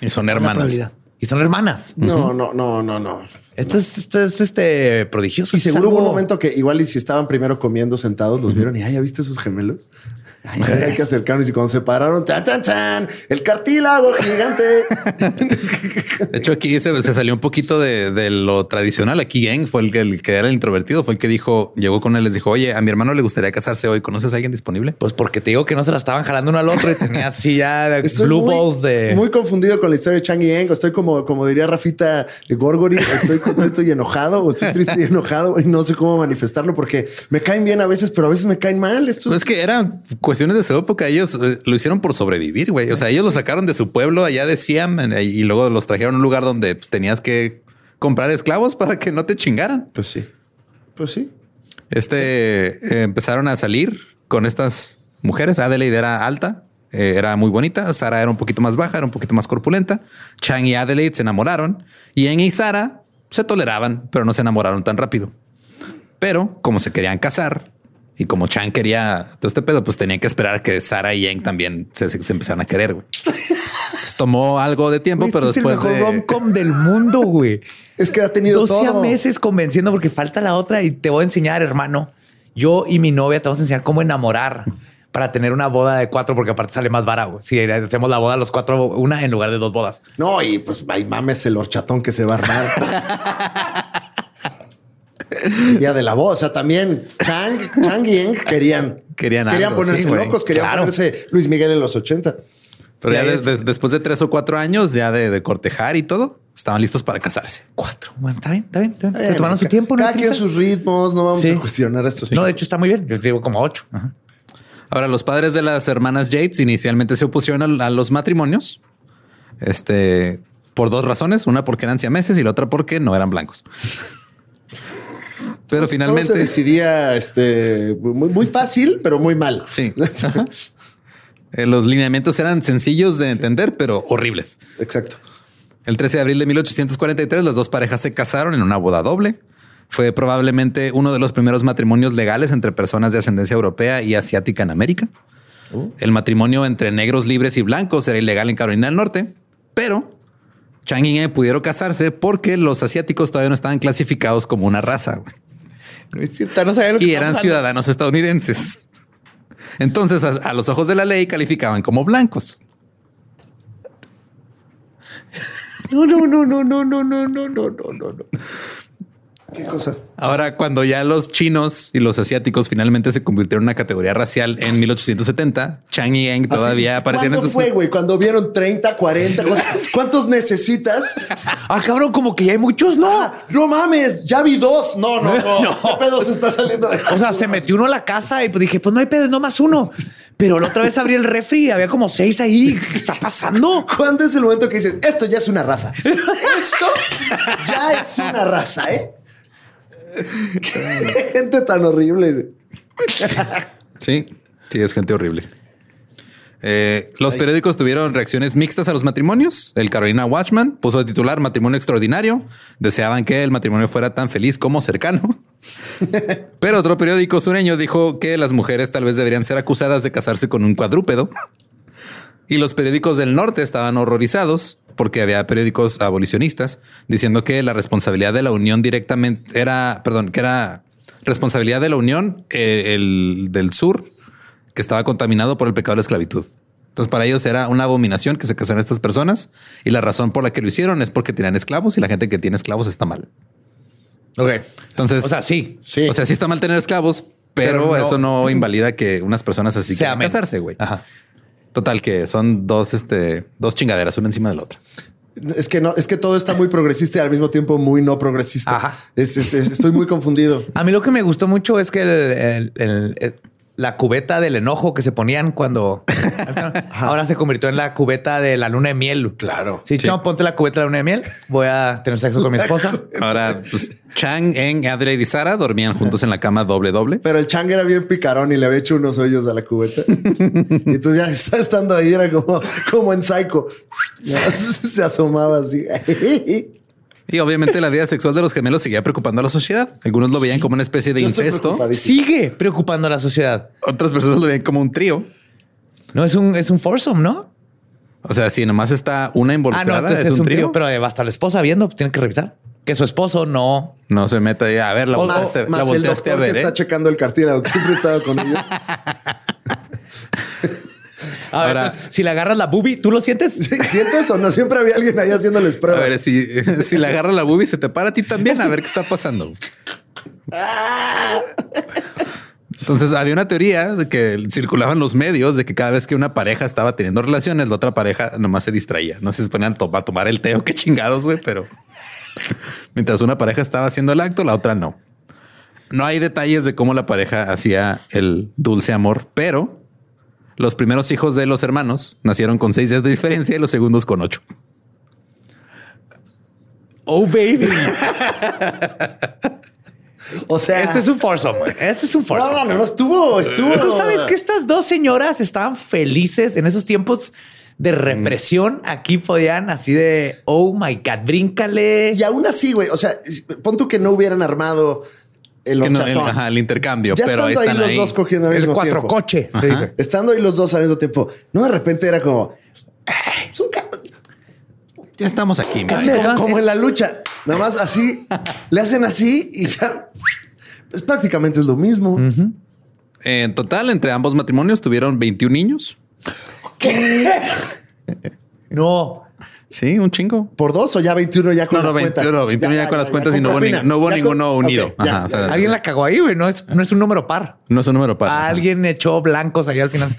Speaker 1: Y son
Speaker 2: La
Speaker 1: hermanas.
Speaker 2: probabilidad. Y son hermanas.
Speaker 3: No, no, no, no, no.
Speaker 2: Esto es, esto es, este prodigioso.
Speaker 3: Y
Speaker 2: Esto es
Speaker 3: seguro hubo un
Speaker 2: algo-
Speaker 3: momento que igual y si estaban primero comiendo sentados, los vieron y ay, ¿ya viste esos gemelos? Ay, a ver, hay que acercarnos y cuando se pararon, tan, tan, tan, el cartílago
Speaker 1: *laughs*
Speaker 3: gigante.
Speaker 1: De hecho, aquí se, se salió un poquito de, de lo tradicional. Aquí Yang fue el que, el que era el introvertido, fue el que dijo, llegó con él, les dijo, oye, a mi hermano le gustaría casarse hoy. ¿Conoces a alguien disponible?
Speaker 2: Pues porque te digo que no se la estaban jalando uno al otro y tenía así ya de
Speaker 3: *laughs* Estoy
Speaker 2: blue
Speaker 3: muy,
Speaker 2: balls de.
Speaker 3: muy confundido con la historia de Chang y Eng. Estoy como, como diría Rafita Gorgori, estoy contento y enojado, o estoy triste y enojado, y no sé cómo manifestarlo porque me caen bien a veces, pero a veces me caen mal. Esto
Speaker 1: Pues es que eran cuestiones de su época. Ellos eh, lo hicieron por sobrevivir, güey. O sea, ellos lo sacaron de su pueblo allá de Siam en- y luego los trajeron a un lugar donde pues, tenías que comprar esclavos para que no te chingaran.
Speaker 3: Pues sí. Pues sí.
Speaker 1: Este eh, empezaron a salir con estas mujeres. Adelaide era alta, eh, era muy bonita. Sara era un poquito más baja, era un poquito más corpulenta. Chang y Adelaide se enamoraron y Eng y Sara se toleraban, pero no se enamoraron tan rápido. Pero como se querían casar y como Chang quería todo este pedo, pues tenían que esperar que Sara y Eng también se, se- se empezaran a querer. güey. Entonces, tomó algo de tiempo,
Speaker 2: Güey,
Speaker 1: pero
Speaker 2: este
Speaker 1: después
Speaker 2: es el mejor
Speaker 1: de...
Speaker 2: rom-com del mundo, güey.
Speaker 3: Es que ha tenido
Speaker 2: 12
Speaker 3: todo.
Speaker 2: meses convenciendo porque falta la otra y te voy a enseñar, hermano. Yo y mi novia te vamos a enseñar cómo enamorar para tener una boda de cuatro, porque aparte sale más barato. Si hacemos la boda los cuatro, una en lugar de dos bodas.
Speaker 3: No, y pues ay, mames el horchatón que se va a armar. El día de la voz, o sea, también Chang, Chang y Eng querían,
Speaker 1: Querían algo,
Speaker 3: ponerse
Speaker 1: sí, güey.
Speaker 3: locos, querían
Speaker 2: Claro.
Speaker 3: ponerse Luis Miguel en los 80.
Speaker 1: Pero ya
Speaker 2: Ya
Speaker 1: de-
Speaker 2: es.
Speaker 1: de- después de tres o cuatro años ya de- de cortejar y todo, estaban listos para casarse.
Speaker 2: Cuatro. Bueno, está bien, está bien. está bien. Se
Speaker 3: Eh,
Speaker 2: tomaron su
Speaker 3: ca-
Speaker 2: tiempo. No, hay
Speaker 3: Cada quien
Speaker 2: prisa.
Speaker 3: sus ritmos, no vamos
Speaker 2: Sí.
Speaker 3: a cuestionar a estos
Speaker 2: no, de hecho está muy bien. Yo digo como ocho. Ajá.
Speaker 1: Ahora, los padres de las hermanas Yates inicialmente se opusieron al- a, los matrimonios. Este, por dos razones. Una porque eran siameses y la otra porque no eran blancos. Pero
Speaker 3: Todo se
Speaker 1: finalmente...
Speaker 3: decidía este, muy, muy fácil, pero muy mal.
Speaker 1: *laughs* Sí. Ajá. Eh, los lineamientos eran sencillos de entender, pero horribles.
Speaker 3: Exacto.
Speaker 1: El 13 de abril de 1843, las dos parejas se casaron en una boda doble. Fue probablemente uno de los primeros matrimonios legales entre personas de ascendencia europea y asiática en América. El matrimonio entre negros libres y blancos era ilegal en Carolina del Norte, pero Chang y Eng pudieron casarse porque los asiáticos todavía no estaban clasificados como una raza güey,
Speaker 2: No es cierto, no sabía lo que
Speaker 1: y
Speaker 2: estaba
Speaker 1: eran
Speaker 2: pasando.
Speaker 1: ciudadanos estadounidenses. Entonces, a, a los ojos de la ley calificaban como blancos.
Speaker 2: No, no, no, no, no, no, no, no, no, no, no, no.
Speaker 3: ¿Qué cosa?
Speaker 1: Ahora, cuando ya los chinos y los asiáticos finalmente se convirtieron en una categoría racial en 1870, Chang y Eng todavía aparecían en
Speaker 3: Ah, ¿Cuánto
Speaker 1: sus...
Speaker 3: fue, güey? Cuando vieron 30, 40 cosas. ¿Cuántos necesitas? Ah,
Speaker 2: Ah, cabrón, como que ya hay muchos, ¿no?
Speaker 3: No mames, ya vi dos. No, no, no. Este pedo se está saliendo de.
Speaker 2: O sea, se metió uno a la casa y pues dije, pues no hay pedo, no más uno. Pero la otra vez abrí el refri y había como seis ahí. ¿Qué está pasando?
Speaker 3: ¿Cuándo es el momento que dices, esto ya es una raza? Esto ya es una raza, ¿eh? Qué gente tan horrible. güey.
Speaker 1: Sí, sí, es gente horrible. Eh, los periódicos tuvieron reacciones mixtas a los matrimonios. El Carolina Watchman puso de titular matrimonio extraordinario. Deseaban que el matrimonio fuera tan feliz como
Speaker 3: *laughs*
Speaker 1: cercano. Pero otro periódico sureño dijo que las mujeres tal vez deberían ser acusadas de casarse con un cuadrúpedo. Y los periódicos del norte estaban horrorizados porque había periódicos abolicionistas diciendo que la responsabilidad de la unión directamente era, perdón, que era responsabilidad de la unión eh, el del sur que estaba contaminado por el pecado de la esclavitud. Entonces para ellos era una abominación que se casaran estas personas y la razón por la que lo hicieron es porque tenían esclavos y la gente que tiene esclavos está mal.
Speaker 2: Ok.
Speaker 1: Entonces,
Speaker 2: O sea, sí.
Speaker 3: Sí.
Speaker 1: o sea, sí está mal tener esclavos, pero,
Speaker 2: Pero no-
Speaker 1: eso no invalida que unas personas así
Speaker 2: Se
Speaker 1: quieran
Speaker 2: amen.
Speaker 1: casarse, güey.
Speaker 2: Ajá.
Speaker 1: Total que son dos, este, dos chingaderas, una encima de la otra.
Speaker 3: Es que no, es que todo está muy progresista y al mismo tiempo muy no progresista.
Speaker 2: Ajá.
Speaker 3: Es- es- es- estoy muy confundido.
Speaker 2: A mí lo que me gustó mucho es que el- el- el- el- la cubeta del enojo que se ponían cuando ahora se convirtió en la cubeta de la luna de miel. Claro. Sí, chon, ponte la cubeta de la luna de miel. Voy a tener sexo
Speaker 1: *laughs*
Speaker 2: con mi esposa.
Speaker 1: Ahora, pues Chang, Eng, Adelaide y Sara dormían juntos en la cama doble doble.
Speaker 3: Pero el chang era bien picarón y le había hecho unos hoyos a la cubeta. y entonces ya está estando ahí, era como, como en psycho. Ya Se asomaba así.
Speaker 1: Y obviamente la vida sexual de los gemelos seguía preocupando a la sociedad. Algunos lo veían como una especie de
Speaker 3: Yo estoy
Speaker 1: incesto,
Speaker 3: preocupadísimo.
Speaker 2: Sigue preocupando a la sociedad.
Speaker 1: otras personas lo veían como un trío.
Speaker 2: No es un, es un foursome, ¿no?
Speaker 1: O sea, si nomás está una
Speaker 2: Ah, no,
Speaker 1: involucrada,
Speaker 2: entonces
Speaker 1: es, un trío.
Speaker 2: pero eh, va a estar la esposa viendo, pues tiene que revisar que su esposo no.
Speaker 1: No se meta ahí, a ver, la
Speaker 2: O-
Speaker 1: volteaste, la
Speaker 3: Más, más el
Speaker 1: volteaste
Speaker 3: doctor
Speaker 1: a ver.
Speaker 3: que está
Speaker 1: ¿eh?
Speaker 3: checando el cartílago, que siempre estaba con ellos.
Speaker 2: A ver,
Speaker 1: Ahora-
Speaker 2: entonces, si le agarras la boobie, ¿tú lo
Speaker 1: *laughs*
Speaker 2: sientes?
Speaker 3: ¿Sientes o no? Siempre había alguien ahí haciéndoles
Speaker 1: A
Speaker 3: pruebas.
Speaker 1: ver, si, *laughs* si le agarra la boobie, se te para a ti también, a ver qué está pasando. Entonces había una teoría de que circulaban los medios de que cada vez que una pareja estaba teniendo relaciones, la otra pareja nomás se distraía. No sé si se ponían to- a tomar el té o qué chingados, güey, pero *laughs* mientras una pareja estaba haciendo el acto, la otra no. No hay detalles de cómo la pareja hacía el dulce amor, pero los primeros hijos de los hermanos nacieron con seis días de diferencia y los segundos con ocho.
Speaker 2: Oh, baby. *laughs*
Speaker 3: o sea,
Speaker 2: Este es un foursome, güey. Este es un
Speaker 3: no,
Speaker 2: foursome.
Speaker 3: no, no, no, estuvo, estuvo.
Speaker 2: Tú sabes que estas dos señoras estaban felices en esos tiempos
Speaker 3: Mm.
Speaker 2: de represión. Aquí podían así de, oh my God, bríncale.
Speaker 3: Y aún así, güey, o sea, pon tú que no hubieran armado el
Speaker 1: Que no, el,
Speaker 3: horchatón.
Speaker 1: ajá, el intercambio,
Speaker 3: ya
Speaker 1: pero
Speaker 3: estando ahí
Speaker 1: están
Speaker 3: los
Speaker 1: ahí.
Speaker 3: dos cogiendo al
Speaker 2: El
Speaker 3: mismo
Speaker 2: cuatro
Speaker 3: tiempo.
Speaker 2: coche, se dice.
Speaker 3: Estando ahí los dos al mismo tiempo, no de repente era como, "Ay, es un ca-
Speaker 1: Ya estamos aquí. mira.
Speaker 3: casi
Speaker 2: Dale,
Speaker 3: como,
Speaker 2: dale.
Speaker 3: como en la lucha, nada más así, le hacen así y ya, pues prácticamente es lo mismo.
Speaker 1: En total, entre ambos matrimonios tuvieron 21 niños.
Speaker 2: No.
Speaker 1: Sí, un chingo.
Speaker 3: ¿Por dos o ya 21 ya con
Speaker 1: No, no,
Speaker 3: las cuentas?
Speaker 1: 21, 21 ya con las cuentas y no
Speaker 3: con
Speaker 1: hubo ni-
Speaker 3: propina.
Speaker 1: no hubo
Speaker 3: Ya con-
Speaker 1: ninguno
Speaker 3: ok,
Speaker 1: unido.
Speaker 3: ya,
Speaker 1: Ajá, o sea,
Speaker 3: ya.
Speaker 2: Alguien la cagó ahí, güey. No es, no es un número par.
Speaker 1: No es un número par.
Speaker 2: Alguien echó blancos ahí al final.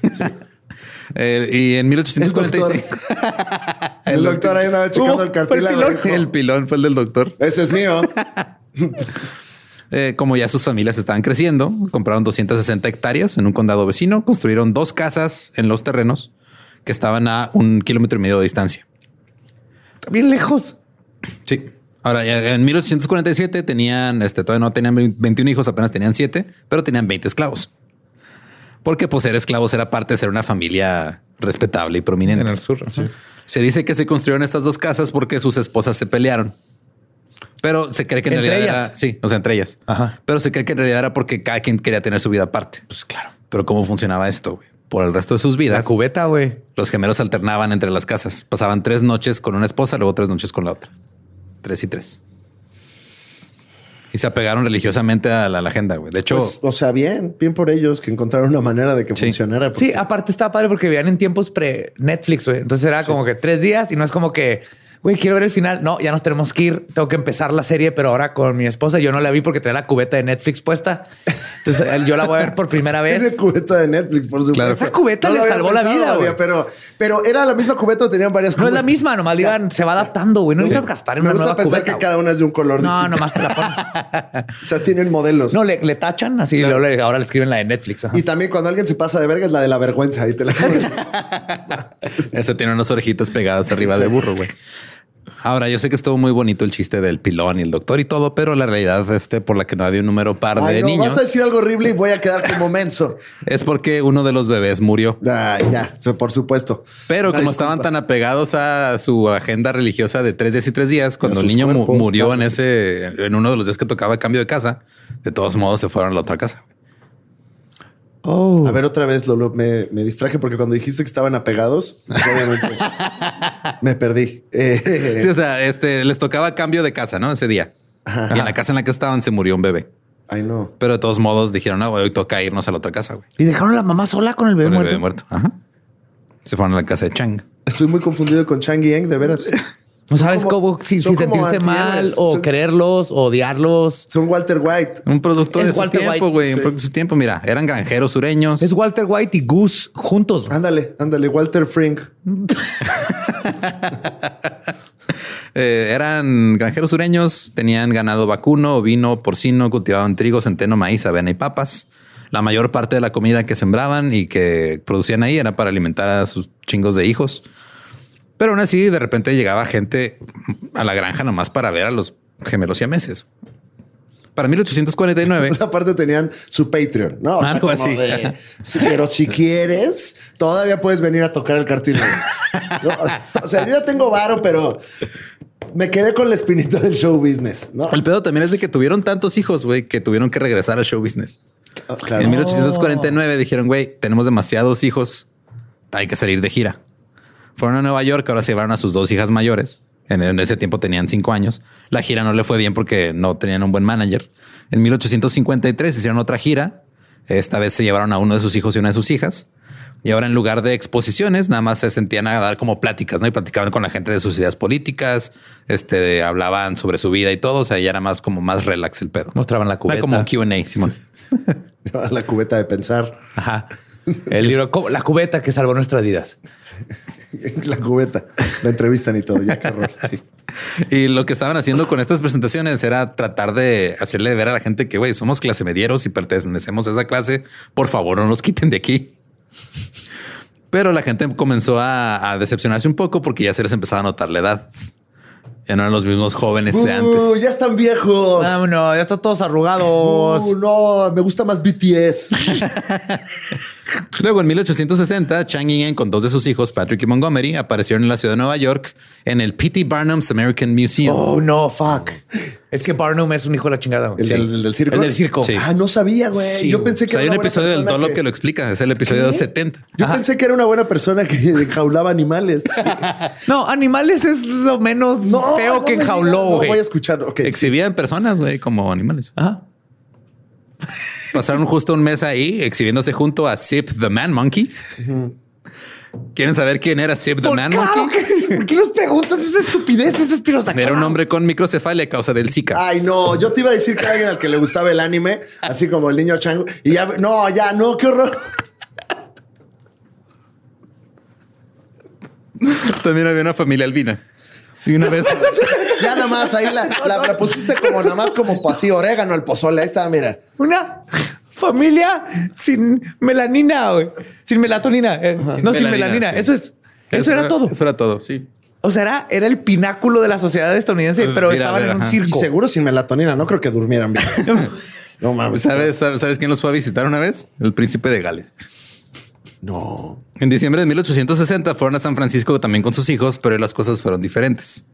Speaker 1: Eh, y en
Speaker 3: El doctor,
Speaker 1: 1846. *laughs*
Speaker 3: el doctor ahí andaba checando
Speaker 2: Hubo-
Speaker 3: el
Speaker 2: fue el
Speaker 3: cartílago.
Speaker 2: pilón.
Speaker 3: dijo,
Speaker 1: El pilón fue el del doctor.
Speaker 3: Ese es mío.
Speaker 1: Eh, como ya sus familias estaban creciendo, compraron 260 hectáreas en un condado vecino, construyeron dos casas en los terrenos que estaban a un kilómetro y medio de distancia.
Speaker 2: Bien lejos.
Speaker 1: Sí. Ahora, ya en 1847 tenían, este, todavía no tenían 21 hijos, apenas tenían 7, pero tenían 20 esclavos. Porque pues ser esclavos era parte de ser una familia respetable y prominente.
Speaker 2: En el sur. ajá.
Speaker 1: Se dice que se construyeron estas dos casas porque sus esposas se pelearon. Pero se cree que en
Speaker 2: ¿Entre
Speaker 1: realidad
Speaker 2: ellas?
Speaker 1: era... Sí, o sea, entre ellas.
Speaker 2: Ajá.
Speaker 1: Pero se cree que en realidad era porque cada quien quería tener su vida aparte. Pues claro. Pero ¿cómo funcionaba esto? güey? Por el resto de sus
Speaker 2: La
Speaker 1: vidas,
Speaker 2: cubeta, güey.
Speaker 1: los gemelos alternaban entre las casas. Pasaban tres noches con una esposa, luego tres noches con la otra. Tres y tres. Y se apegaron religiosamente a la, a la agenda, güey. De hecho,
Speaker 3: Pues, o sea, bien, bien por ellos que encontraron una manera de que
Speaker 1: Sí.
Speaker 3: funcionara. porque-
Speaker 2: Sí, aparte estaba padre porque vivían en tiempos pre-Netflix, güey. Entonces era como que tres días y no es como que güey, quiero ver el final. No, ya nos tenemos que ir. Tengo que empezar la serie, pero ahora con mi esposa. Yo no la vi porque traía la cubeta de Netflix puesta. Entonces eh, yo la voy a ver por primera
Speaker 3: *laughs* Tiene
Speaker 2: vez.
Speaker 3: cubeta de Netflix, por supuesto.
Speaker 2: Pues, Esa cubeta
Speaker 3: No
Speaker 2: le
Speaker 3: lo había
Speaker 2: salvó la
Speaker 3: pensado,
Speaker 2: vida,
Speaker 3: María,
Speaker 2: güey.
Speaker 3: Pero, pero era la misma cubeta o tenían varias
Speaker 2: No es
Speaker 3: cubetas.
Speaker 2: la misma, nomás digan, se va adaptando, güey. No necesitas gastar en
Speaker 3: Me
Speaker 2: una
Speaker 3: gusta
Speaker 2: nueva
Speaker 3: pensar
Speaker 2: cubeta.
Speaker 3: que
Speaker 2: güey.
Speaker 3: cada una es de un color
Speaker 2: No,
Speaker 3: distinto.
Speaker 2: nomás te la ponen.
Speaker 3: *laughs* O sea, tienen modelos.
Speaker 2: No, le, le tachan así. y luego le- ahora le escriben la de Netflix. ajá.
Speaker 3: Y también cuando alguien se pasa de verga es la de la vergüenza y
Speaker 2: *laughs*
Speaker 3: te la pues,
Speaker 1: *laughs* Ese tiene unas orejitas pegadas arriba de burro, güey. Ahora, yo sé que estuvo muy bonito el chiste del pilón y el doctor y todo, pero la realidad este por la que no había un número par de
Speaker 3: Ay, no,
Speaker 1: niños
Speaker 3: vas a decir algo horrible y voy a quedar como menso.
Speaker 1: es porque uno de los bebés murió.
Speaker 3: Ay, ya, so- por supuesto.
Speaker 1: Pero
Speaker 3: Una
Speaker 1: como
Speaker 3: disculpa.
Speaker 1: estaban tan apegados a su agenda religiosa de tres días y tres días, cuando
Speaker 3: A
Speaker 1: el
Speaker 3: sus
Speaker 1: niño mu-
Speaker 3: cuerpos,
Speaker 1: murió en
Speaker 3: claro,
Speaker 1: ese, en uno de los días que tocaba cambio de casa, de todos modos se fueron a la otra casa.
Speaker 2: Uh.
Speaker 3: A ver, otra vez, Lolo, me, me distraje porque cuando dijiste que estaban apegados,
Speaker 2: *laughs*
Speaker 3: obviamente me perdí. Eh,
Speaker 1: Sí, o sea, este les tocaba cambio de casa, ¿no? Ese día. Y en la casa en la que estaban se murió un bebé.
Speaker 3: Ay, no.
Speaker 1: Pero de todos modos dijeron, no, güey, hoy toca irnos a la otra casa, güey.
Speaker 2: Y dejaron a la mamá sola con el bebé
Speaker 1: Con el
Speaker 2: muerto.
Speaker 1: bebé muerto. Ajá. Se fueron a la casa de Chang.
Speaker 3: Estoy muy confundido con Chang Yang, de veras.
Speaker 2: No sabes
Speaker 3: como-
Speaker 2: cómo si,
Speaker 3: son
Speaker 2: si
Speaker 3: como
Speaker 2: sentirse mal
Speaker 3: antihéroes,
Speaker 2: o
Speaker 3: son-
Speaker 2: quererlos o odiarlos.
Speaker 3: Son Walter White.
Speaker 1: Un producto
Speaker 2: Es
Speaker 1: de su
Speaker 2: Walter
Speaker 1: tiempo,
Speaker 2: White.
Speaker 1: güey. Un
Speaker 3: Sí.
Speaker 1: producto de su tiempo. Mira, eran granjeros sureños.
Speaker 2: Pues Es Walter White y Goose juntos. güey.
Speaker 3: Ándale, ándale, Walter Frink.
Speaker 1: Eh, eran granjeros sureños, tenían ganado vacuno, ovino, porcino, cultivaban trigo, centeno, maíz, avena y papas. La mayor parte de la comida que sembraban y que producían ahí era para alimentar a sus chingos de hijos. Pero aún así, de repente llegaba gente a la granja nomás para ver a los gemelos siameses. Para 1849,
Speaker 3: *laughs* Aparte tenían su Patreon, ¿no?
Speaker 1: Algo
Speaker 3: Como
Speaker 1: así.
Speaker 3: de, "Sí,
Speaker 1: *laughs*
Speaker 3: pero si quieres, todavía puedes venir a tocar el cartílago. No, o sea, yo ya tengo varo, pero me quedé con la espinita del show business, ¿no?
Speaker 1: el pedo también es de que tuvieron tantos hijos, güey, que tuvieron que regresar al show business.
Speaker 3: Ah, claro.
Speaker 1: En 1849 dijeron, güey, tenemos demasiados hijos, hay que salir de gira. Fueron a Nueva York, ahora se llevaron a sus dos hijas mayores. En, en ese tiempo tenían cinco años. La gira no le fue bien porque no tenían un buen manager. En 1853 hicieron otra gira. Esta vez se llevaron a uno de sus hijos y una de sus hijas. Y ahora en lugar de exposiciones, nada más se sentían a dar como pláticas, ¿no? Y platicaban con la gente de sus ideas políticas, este, hablaban sobre su vida y todo. O sea, ya era más como más relax el pedo.
Speaker 2: Mostraban la
Speaker 1: Era
Speaker 2: cubeta.
Speaker 1: como un Q&A, Simón.
Speaker 3: *laughs* La cubeta de pensar. *laughs*
Speaker 2: Ajá. El libro, como- la cubeta que salvó nuestras vidas.
Speaker 3: La cubeta. La entrevistan y todo. Ya, qué horror. Sí.
Speaker 1: Y lo que estaban haciendo con estas presentaciones era tratar de hacerle ver a la gente que, güey, somos clase medieros y pertenecemos a esa clase. Por favor, no nos quiten de aquí. Pero la gente comenzó a, a decepcionarse un poco porque ya se les empezaba a notar la edad. Ya no eran los mismos jóvenes de antes.
Speaker 3: Uh, ya están viejos.
Speaker 2: Vámonos, ya están todos arrugados.
Speaker 3: Uh, no, me gusta más BTS.
Speaker 1: Luego, en 1860, Chang Ying con dos de sus hijos, Patrick y Montgomery, aparecieron en la ciudad de Nueva York en el P.T. Barnum's American Museum.
Speaker 2: Oh, no, fuck. Es que Barnum es un hijo de la chingada. güey.
Speaker 3: ¿El
Speaker 2: Sí.
Speaker 3: del- el del circo?
Speaker 2: El del circo.
Speaker 1: Sí.
Speaker 3: Ah, no sabía, güey.
Speaker 2: Sí,
Speaker 3: yo
Speaker 2: güey.
Speaker 3: pensé
Speaker 1: O
Speaker 3: que
Speaker 1: sea, hay
Speaker 3: era
Speaker 1: un
Speaker 3: una buena
Speaker 1: episodio del
Speaker 3: persona
Speaker 1: Dolop que...
Speaker 3: que-
Speaker 1: lo explica. Es el episodio
Speaker 3: ¿Qué?
Speaker 1: 70.
Speaker 3: Yo pensé que era una buena persona que *laughs* enjaulaba *laughs* animales.
Speaker 2: No, animales es lo menos
Speaker 3: No,
Speaker 2: feo
Speaker 3: no
Speaker 2: que
Speaker 3: me digas,
Speaker 2: enjauló,
Speaker 3: No voy a
Speaker 2: güey.
Speaker 3: escuchar. Ok.
Speaker 1: Exhibían personas, güey, como animales.
Speaker 2: Ajá.
Speaker 1: Pasaron justo un mes ahí exhibiéndose junto a Zip the Man Monkey. ¿Quieren saber quién era Zip the
Speaker 2: Por-
Speaker 1: Man
Speaker 2: Pues claro
Speaker 1: Monkey?
Speaker 2: que sí. ¿Por qué nos preguntas esa estupidez? Ese espirosaco.
Speaker 1: Era un hombre con microcefalia a causa del
Speaker 2: Ah.
Speaker 1: Zika.
Speaker 3: Ay, no, yo te iba a decir que era alguien al que le gustaba el anime, así como el niño chango. Y ya, no, ya, no, qué horror.
Speaker 1: También había una familia albina. Y una *laughs* vez
Speaker 3: *laughs* Ya nada más ahí la, la, la pusiste como nada más como así orégano al pozole. Ahí está, mira.
Speaker 2: Una familia sin melanina, güey. Sin melatonina. eh, no, sin melanina.
Speaker 1: melanina, sí.
Speaker 2: Eso es. Eso, era todo.
Speaker 1: Eso era todo, sí.
Speaker 2: O sea, era, era el pináculo de la sociedad estadounidense, pero
Speaker 1: Pues Mira,
Speaker 2: estaban
Speaker 1: a ver,
Speaker 2: en un
Speaker 1: ajá.
Speaker 3: Y
Speaker 2: circo.
Speaker 3: seguro sin melatonina, no creo que durmieran *laughs* bien. No mames.
Speaker 1: Pues, ¿Sabes, sabes, sabes quién los fue a visitar una vez? El príncipe de Gales.
Speaker 3: No.
Speaker 1: En diciembre de 1860 fueron a San Francisco también con sus hijos, pero las cosas fueron diferentes.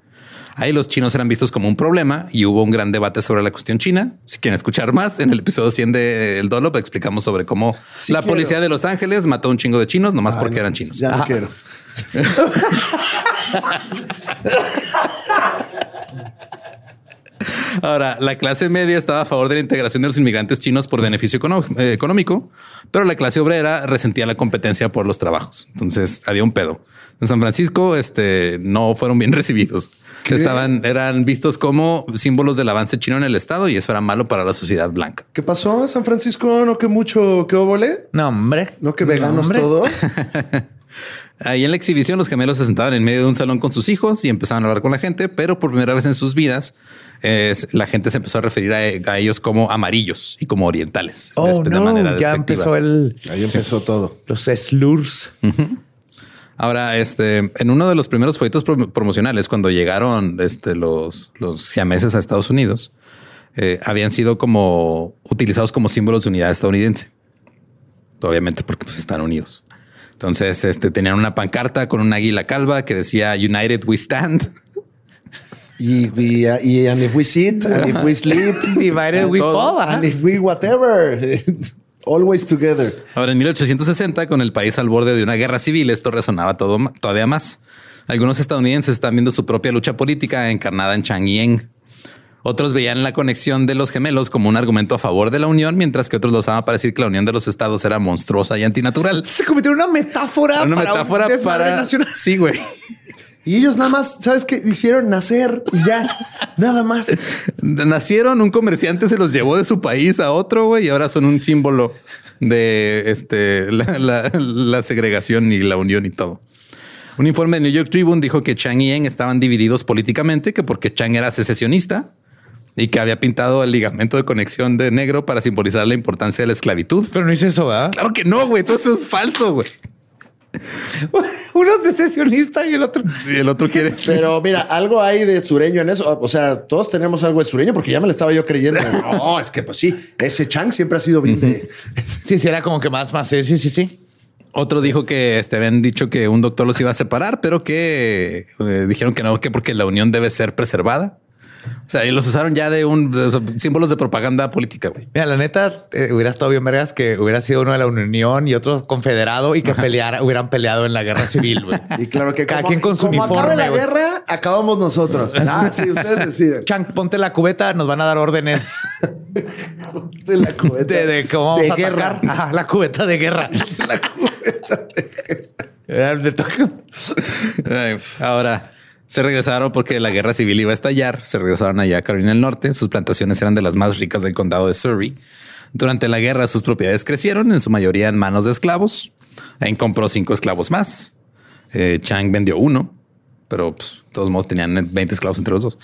Speaker 1: Ahí los chinos eran vistos como un problema y hubo un gran debate sobre la cuestión china. Si quieren escuchar más, en el episodio 100 de El Dolop explicamos sobre cómo
Speaker 3: Sí
Speaker 1: la
Speaker 3: quiero.
Speaker 1: policía de Los Ángeles mató a un chingo de chinos nomás porque eran chinos.
Speaker 3: pues Ya no quiero.
Speaker 1: Ahora, la clase media estaba a favor de la integración de los inmigrantes chinos por beneficio econo- eh, económico, pero la clase obrera resentía la competencia por los trabajos. Entonces había un pedo. En San Francisco, este, no fueron bien *laughs* recibidos. Estaban, eran vistos como símbolos del avance chino en el estado y eso era malo para la sociedad blanca.
Speaker 3: ¿Qué pasó, San Francisco? ¿No que mucho, que óvole?
Speaker 2: No, hombre.
Speaker 3: ¿No que veganos
Speaker 2: hombre.
Speaker 3: todos?
Speaker 1: Ahí en la exhibición, los gemelos se sentaban en medio de un salón con sus hijos y empezaban a hablar con la gente, pero por primera vez en sus vidas, eh, la gente se empezó a referir a, a ellos como amarillos y como orientales.
Speaker 2: Oh,
Speaker 1: después Este, de
Speaker 2: no.
Speaker 1: manera
Speaker 2: Ya
Speaker 1: despectiva.
Speaker 2: empezó el,
Speaker 3: *laughs* Ahí empezó todo.
Speaker 2: los slurs.
Speaker 1: Mm. Ahora, este, en uno de los primeros folletos prom- promocionales, cuando llegaron este, los, los siameses a Estados Unidos, eh, habían sido como utilizados como símbolos de unidad estadounidense. Obviamente, porque pues, están unidos. Entonces, este, tenían una pancarta con un águila calva que decía United We Stand.
Speaker 3: Y, y, y and if we sit, and if we sleep,
Speaker 2: *laughs* Divided we fall. ajá.
Speaker 3: and if we whatever, *laughs* always together.
Speaker 1: Ahora, en 1860, con el país al borde de una guerra civil, esto resonaba todo, ma- todavía más. Algunos estadounidenses están viendo su propia lucha política encarnada en Changyeng. Otros veían la conexión de los gemelos como un argumento a favor de la unión, mientras que otros lo usaban para decir que la unión de los estados era monstruosa y antinatural.
Speaker 2: Se convirtió en una metáfora.
Speaker 1: Era una
Speaker 2: Ah, para un
Speaker 1: metáfora
Speaker 2: desmadre
Speaker 1: para...
Speaker 2: nacional.
Speaker 1: Sí, güey.
Speaker 3: Y ellos nada más, ¿sabes qué? Hicieron nacer y ya, nada más.
Speaker 1: Nacieron, un comerciante se los llevó de su país a otro, güey, y ahora son un símbolo de este, la, la- la segregación y la unión y todo. Un informe de New York Tribune dijo que Chang y Eng estaban divididos políticamente, que porque Chang era secesionista y que había pintado el ligamento de conexión de negro para simbolizar la importancia de la esclavitud.
Speaker 2: Pero no hice eso, ¿verdad?
Speaker 1: Claro que no, güey, todo eso es falso, güey.
Speaker 2: *laughs* Uno es secesionista y el otro.
Speaker 1: Y el otro quiere...
Speaker 3: Pero mira, algo hay de sureño en eso. O sea, todos tenemos algo de sureño porque ya me lo estaba yo creyendo. No, es que pues sí, ese Chang siempre ha sido bien de...
Speaker 2: Sí, sí, era como que más, más. Sí, sí, sí. sí.
Speaker 1: Otro dijo que este, habían dicho que un doctor los iba a separar, pero que eh, dijeron que no, que porque la unión debe ser preservada. O sea, y los usaron ya de un de esos símbolos de propaganda política, güey.
Speaker 2: Mira, la neta, eh, hubiera estado bien vergas que hubiera sido uno de la Unión y otro confederado y que peleara, hubieran peleado en la guerra
Speaker 1: *laughs*
Speaker 2: civil, güey.
Speaker 3: Y claro que
Speaker 2: Cada
Speaker 3: como,
Speaker 2: quien con su
Speaker 3: como acabe
Speaker 2: uniforme,
Speaker 3: la
Speaker 2: güey.
Speaker 3: guerra, acabamos nosotros. Ah, sí, ustedes deciden.
Speaker 2: Chang, ponte la cubeta, nos van a dar órdenes
Speaker 3: De la
Speaker 2: *laughs*
Speaker 3: cubeta.
Speaker 2: de, de cómo vamos
Speaker 3: De
Speaker 2: a
Speaker 3: guerra.
Speaker 2: atacar. *laughs* Ajá, la cubeta de guerra.
Speaker 3: *laughs* La cubeta de-
Speaker 2: Era- me toca-
Speaker 1: Ay, Ahora se regresaron porque la guerra civil iba a estallar. Se regresaron allá a Carolina del Norte. Sus plantaciones eran de las más ricas del condado de Surrey. Durante la guerra, sus propiedades crecieron, en su mayoría en manos de esclavos. En compró cinco esclavos más. Eh, Chang vendió uno, pero pues, de todos modos tenían 20 esclavos entre los dos.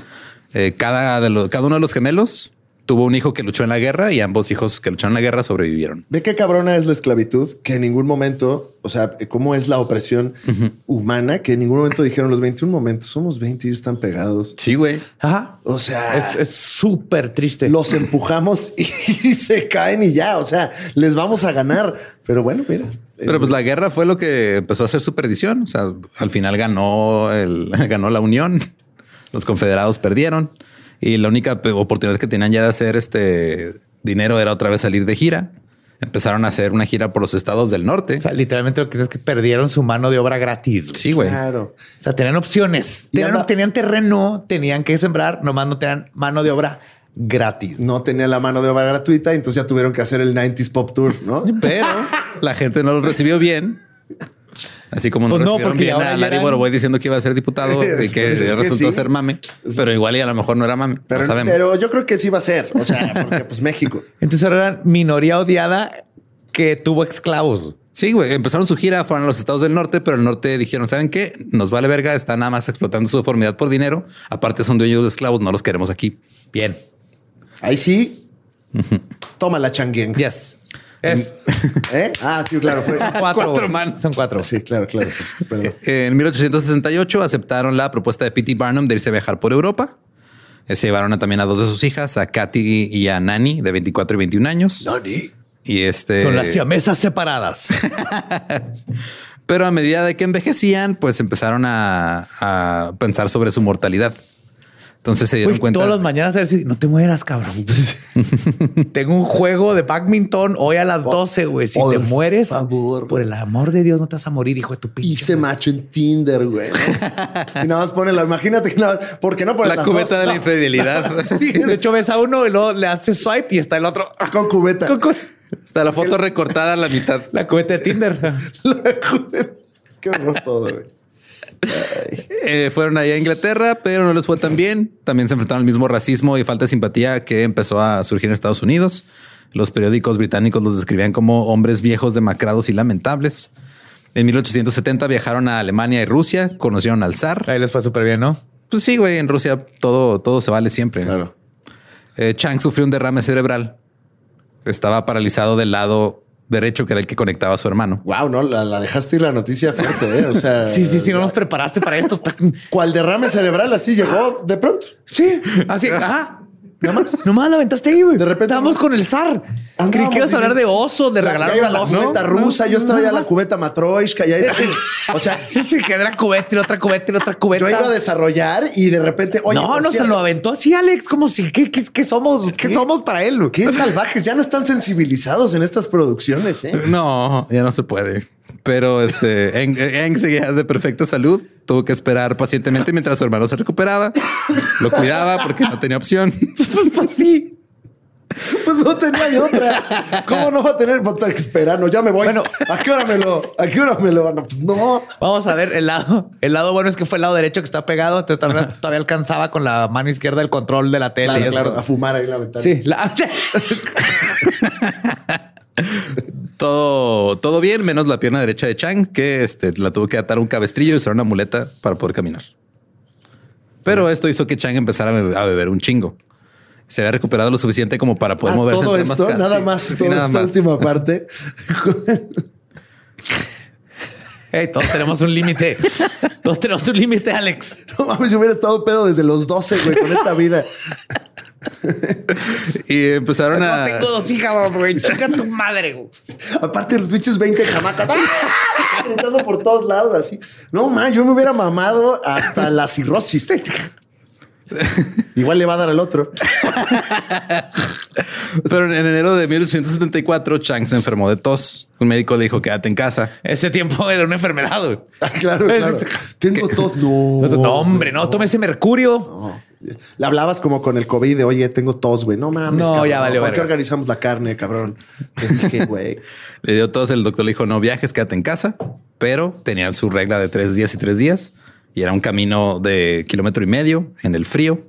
Speaker 1: Eh, cada, de los- cada uno de los gemelos tuvo un hijo que luchó en la guerra y ambos hijos que lucharon en la guerra sobrevivieron.
Speaker 3: Ve qué cabrona es la esclavitud, que en ningún momento, o sea, cómo es la opresión humana, que en ningún momento dijeron los 21 momentos, somos 20 y ellos están pegados.
Speaker 1: Sí, güey.
Speaker 2: Ajá.
Speaker 3: O sea,
Speaker 2: Es es súper triste.
Speaker 3: los empujamos *laughs* y, se caen y ya, o sea, les vamos a ganar. Pero bueno, mira.
Speaker 1: Pero pues la guerra fue lo que empezó a hacer su perdición. O sea, al final ganó el, *laughs* ganó la Unión. Los confederados perdieron y la única pe- oportunidad que tenían ya de hacer este dinero era otra vez salir de gira. Empezaron a hacer una gira por los estados del norte.
Speaker 2: O sea, literalmente lo que es que perdieron su mano de obra gratis. güey.
Speaker 1: Sí, güey.
Speaker 3: Claro.
Speaker 2: O sea, tenían opciones.
Speaker 3: Y
Speaker 2: Tenían,
Speaker 3: anda-
Speaker 2: tenían terreno, tenían que sembrar, nomás no tenían mano de obra gratis.
Speaker 3: No tenía la mano de obra gratuita, entonces ya tuvieron que hacer el 90s Pop Tour, ¿no?
Speaker 1: Pero la gente no lo recibió bien. Así como no
Speaker 2: Pues no,
Speaker 1: recibieron
Speaker 2: porque
Speaker 1: bien
Speaker 2: ahora
Speaker 1: a
Speaker 2: ya
Speaker 1: Larry
Speaker 2: eran-
Speaker 1: Boroboy diciendo que iba a ser diputado y
Speaker 3: Pues
Speaker 1: que
Speaker 3: *laughs* es que
Speaker 1: resultó
Speaker 3: sí.
Speaker 1: ser mame. Pero igual y a lo mejor no era mame.
Speaker 3: Pero,
Speaker 1: no sabemos.
Speaker 3: pero yo creo que sí va a ser, o sea, porque pues México.
Speaker 2: Entonces ahora eran minoría odiada que tuvo esclavos.
Speaker 1: Sí, güey. Empezaron su gira, fueron a los estados del norte, pero el norte dijeron, ¿saben qué? Nos vale verga, están nada más explotando su deformidad por dinero. Aparte son dueños de esclavos, no los queremos aquí.
Speaker 2: Bien.
Speaker 3: Ahí sí. Toma la changuenga.
Speaker 2: Yes.
Speaker 3: *laughs*
Speaker 2: Es
Speaker 3: ¿Eh? Ah, sí, claro. Fue.
Speaker 2: cuatro,
Speaker 1: Cuatro
Speaker 2: güey.
Speaker 1: manos.
Speaker 2: Son cuatro.
Speaker 3: Sí, claro, claro.
Speaker 2: *laughs*
Speaker 3: Perdón.
Speaker 1: En 1868 aceptaron la propuesta de P.T. Barnum de irse a viajar por Europa. Eh, Se llevaron a- también a dos de sus hijas, a Katy y a Nani, de 24 y 21 años.
Speaker 3: Nani.
Speaker 1: Y este...
Speaker 2: Son
Speaker 3: Eh.
Speaker 2: las siamesas separadas.
Speaker 1: Pero a medida de que envejecían, pues empezaron a, a pensar sobre su mortalidad. Entonces se dieron
Speaker 2: Güey,
Speaker 1: cuenta...
Speaker 2: todas las mañanas a ver si no te mueras, cabrón. *laughs* Entonces, tengo un juego de badminton hoy a las 12, güey. Si
Speaker 3: por
Speaker 2: te mueres,
Speaker 3: favor.
Speaker 2: por el amor de Dios, no te vas a morir, hijo de tu pinche.
Speaker 3: Hice
Speaker 2: madre.
Speaker 3: macho en Tinder, güey. *laughs* Y nada más pone la, imagínate que nada más, ¿por qué no ponen
Speaker 1: La
Speaker 3: las
Speaker 1: cubeta
Speaker 3: dos?
Speaker 1: de la infidelidad. *laughs*
Speaker 2: *laughs*
Speaker 3: *laughs*
Speaker 2: De hecho, ves a uno y luego le haces swipe y está el otro.
Speaker 3: No, con cubeta.
Speaker 2: Con- con-
Speaker 1: Está la foto recortada a la mitad.
Speaker 2: La cubeta de Tinder.
Speaker 3: Qué horror todo, güey.
Speaker 1: Eh, fueron ahí a Inglaterra, pero no les fue tan bien. También se enfrentaron al mismo racismo y falta de simpatía que empezó a surgir en Estados Unidos. Los periódicos británicos los describían como hombres viejos, demacrados y lamentables. En 1870 viajaron a Alemania y Rusia, conocieron al zar.
Speaker 2: *laughs* Ahí les fue súper bien, ¿no?
Speaker 1: Pues sí, güey, en Rusia todo, todo se vale siempre.
Speaker 3: Claro.
Speaker 1: Eh, Chang sufrió un derrame cerebral. Estaba paralizado del lado derecho, que era el que conectaba a su hermano.
Speaker 3: Wow, no, la, la dejaste ir la noticia fuerte, ¿eh? O sea.
Speaker 2: Sí, sí, sí, no nos preparaste para
Speaker 3: *laughs*
Speaker 2: esto.
Speaker 3: Cual derrame cerebral así llegó de pronto.
Speaker 2: Sí, así, ajá. Nada más. Nomás la aventaste ahí, güey.
Speaker 3: De repente- Ah,
Speaker 2: Estábamos con el zar. Creí que ibas a hablar de oso, de
Speaker 3: pues La-
Speaker 2: regalar
Speaker 3: ya iba
Speaker 2: un
Speaker 3: la
Speaker 2: oso.
Speaker 3: cubeta
Speaker 2: No,
Speaker 3: rusa,
Speaker 2: no,
Speaker 3: yo
Speaker 2: no,
Speaker 3: traía
Speaker 2: nada
Speaker 3: la
Speaker 2: más.
Speaker 3: cubeta
Speaker 2: *laughs*
Speaker 3: matroishka, ya está. O sea,
Speaker 2: Sí, sí, que era cubeta y la otra cubeta y la otra cubeta.
Speaker 3: yo iba a desarrollar y de repente, oye,
Speaker 2: no,
Speaker 3: por
Speaker 2: no se
Speaker 3: cierto,
Speaker 2: lo aventó así, Alex. Como si, ¿qué, qué, qué somos? ¿Qué, somos para él? güey?
Speaker 3: Qué salvajes, ya no están sensibilizados en estas producciones, ¿eh?
Speaker 1: No, ya no se puede. Pero este Eng, Eng seguía de perfecta salud. Tuvo que esperar pacientemente mientras su hermano se recuperaba. Lo cuidaba porque no tenía opción. *laughs*
Speaker 2: Pues sí.
Speaker 3: Pues no tenía ni otra. ¿Cómo no va a tener botón que esperar? No, ya me voy.
Speaker 2: Bueno.
Speaker 3: ¿a qué hora me lo? ¿A qué hora me lo van? a- Pues no.
Speaker 2: Vamos a ver el lado. El lado bueno es que fue el lado derecho que está pegado. Entonces
Speaker 3: *laughs*
Speaker 2: todavía, todavía alcanzaba con la mano izquierda el control de la tele. y
Speaker 3: Claro,
Speaker 2: esas
Speaker 3: claro, a
Speaker 2: cosas.
Speaker 3: fumar ahí en la ventana.
Speaker 2: Sí, la- *laughs*
Speaker 1: Todo, todo bien, menos la pierna derecha de Chang, que este, la tuvo que atar a un cabestrillo y usar una muleta para poder caminar. Pero esto hizo que Chang empezara a be- a beber un chingo. Se había recuperado lo suficiente como para poder
Speaker 3: Ah,
Speaker 1: moverse.
Speaker 3: todo
Speaker 1: entre
Speaker 3: esto,
Speaker 1: ca-
Speaker 3: nada
Speaker 1: sí,
Speaker 3: más,
Speaker 1: sí,
Speaker 3: toda
Speaker 1: nada
Speaker 3: esta
Speaker 1: más.
Speaker 3: última parte.
Speaker 2: Hey, todos tenemos un límite. Todos tenemos un límite, Alex.
Speaker 3: No mames, yo hubiera estado pedo desde los 12, güey, con esta vida.
Speaker 1: Y empezaron a...
Speaker 2: Tengo dos hijas, güey. Chica tu madre, güey.
Speaker 3: Aparte, los bichos 20 chamacas ¡ah! gritando por todos lados, así. No, man, yo me hubiera mamado hasta la cirrosis. Igual le va a dar al
Speaker 1: *laughs*
Speaker 3: otro.
Speaker 1: Pero en enero de 1874, Chang se enfermó de tos. Un médico le dijo, quédate en casa.
Speaker 2: Ese tiempo era una enfermedad, güey.
Speaker 3: Ah, claro, claro.
Speaker 1: este-
Speaker 3: Tengo tos. No.
Speaker 2: No, hombre, no, tome ese mercurio.
Speaker 3: No. Le hablabas como con el COVID de, oye, tengo tos, güey. No mames.
Speaker 2: No, ya valió
Speaker 3: ¿Por qué
Speaker 2: verga.
Speaker 3: organizamos la carne, cabrón? Te dije, güey.
Speaker 1: Le dio tos, el doctor le dijo, no viajes, quédate en casa. Pero tenían su regla de tres días y tres días. Y era un camino de kilómetro y medio en el frío.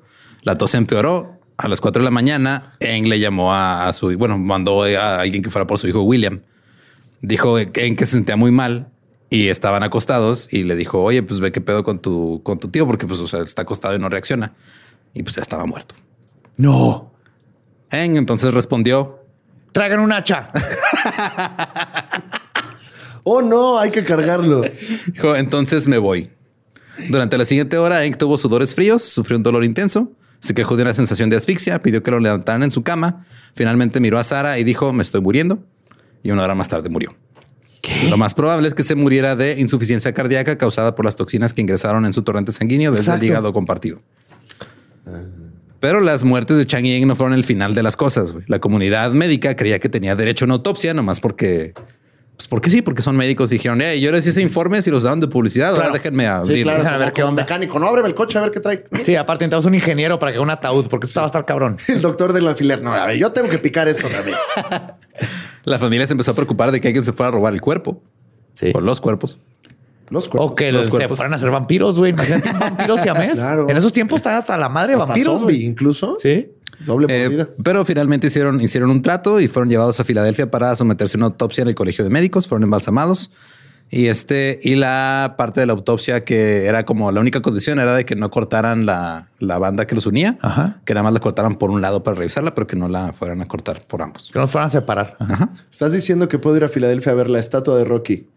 Speaker 1: La tos empeoró. A las cuatro de la mañana, Eng le llamó a, a su... Bueno, mandó a alguien que fuera por su hijo William. Dijo Eng que se sentía muy mal. Y estaban acostados y le dijo, oye, pues ve qué pedo con tu, con tu tío, porque pues o sea, está acostado y no reacciona. Y pues ya estaba muerto.
Speaker 2: No.
Speaker 1: Eng entonces respondió,
Speaker 2: Tragan un
Speaker 3: *laughs*
Speaker 2: hacha.
Speaker 3: Oh, no, hay
Speaker 2: *laughs*
Speaker 3: que cargarlo.
Speaker 1: Dijo, entonces me voy. Durante la siguiente hora, Hank tuvo sudores fríos, sufrió un dolor intenso, se quejó de una sensación de asfixia, pidió que lo levantaran en su cama. Finalmente miró a Sara y dijo, me estoy muriendo. Y una hora más tarde murió. Lo más probable es que se muriera de insuficiencia cardíaca causada por las toxinas que ingresaron en su torrente sanguíneo desde el
Speaker 2: Exacto.
Speaker 1: hígado compartido. Pero las muertes de Chang y Eng no fueron el final de las cosas. güey. La comunidad médica creía que tenía derecho a una autopsia, nomás porque, pues porque sí, porque son médicos. Dijeron, hey, yo les hice informes y los daban de publicidad. Ahora
Speaker 2: Claro.
Speaker 1: déjenme abrir.
Speaker 3: Sí, claro.
Speaker 2: a ver
Speaker 3: como-
Speaker 2: qué
Speaker 3: como
Speaker 2: onda.
Speaker 3: Mecánico, no, ábreme el coche a ver qué trae. *laughs*
Speaker 2: Sí, aparte necesitamos un ingeniero para que haga un ataúd, porque esto va a estar cabrón.
Speaker 3: El doctor del alfiler. No, a ver, yo tengo que picar esto
Speaker 2: *laughs*
Speaker 3: también.
Speaker 1: La familia se empezó a preocupar de que alguien se fuera a robar el cuerpo
Speaker 2: Sí.
Speaker 1: o los cuerpos.
Speaker 3: Los cuerpos.
Speaker 2: O que
Speaker 1: Los
Speaker 2: los se
Speaker 1: cuerpos.
Speaker 2: fueran a ser vampiros, güey. Imagínate un vampiro siamés.
Speaker 3: Claro.
Speaker 2: En esos tiempos estaba hasta la madre de
Speaker 3: Hasta
Speaker 2: vampiros.
Speaker 3: zombie,
Speaker 2: güey.
Speaker 3: incluso.
Speaker 2: Sí.
Speaker 3: Doble
Speaker 1: Eh,
Speaker 3: mordida.
Speaker 1: pero finalmente hicieron, hicieron un trato y fueron llevados a Filadelfia para someterse a una autopsia en el colegio de médicos. Fueron embalsamados y este y la parte de la autopsia que era como la única condición era de que no cortaran la, la banda que los unía,
Speaker 2: Ajá.
Speaker 1: que nada más la cortaran por un lado para revisarla, pero que no la fueran a cortar por ambos.
Speaker 2: Que nos fueran a separar.
Speaker 3: Estás diciendo que puedo ir a Filadelfia a ver la estatua
Speaker 2: *laughs*
Speaker 3: de Rocky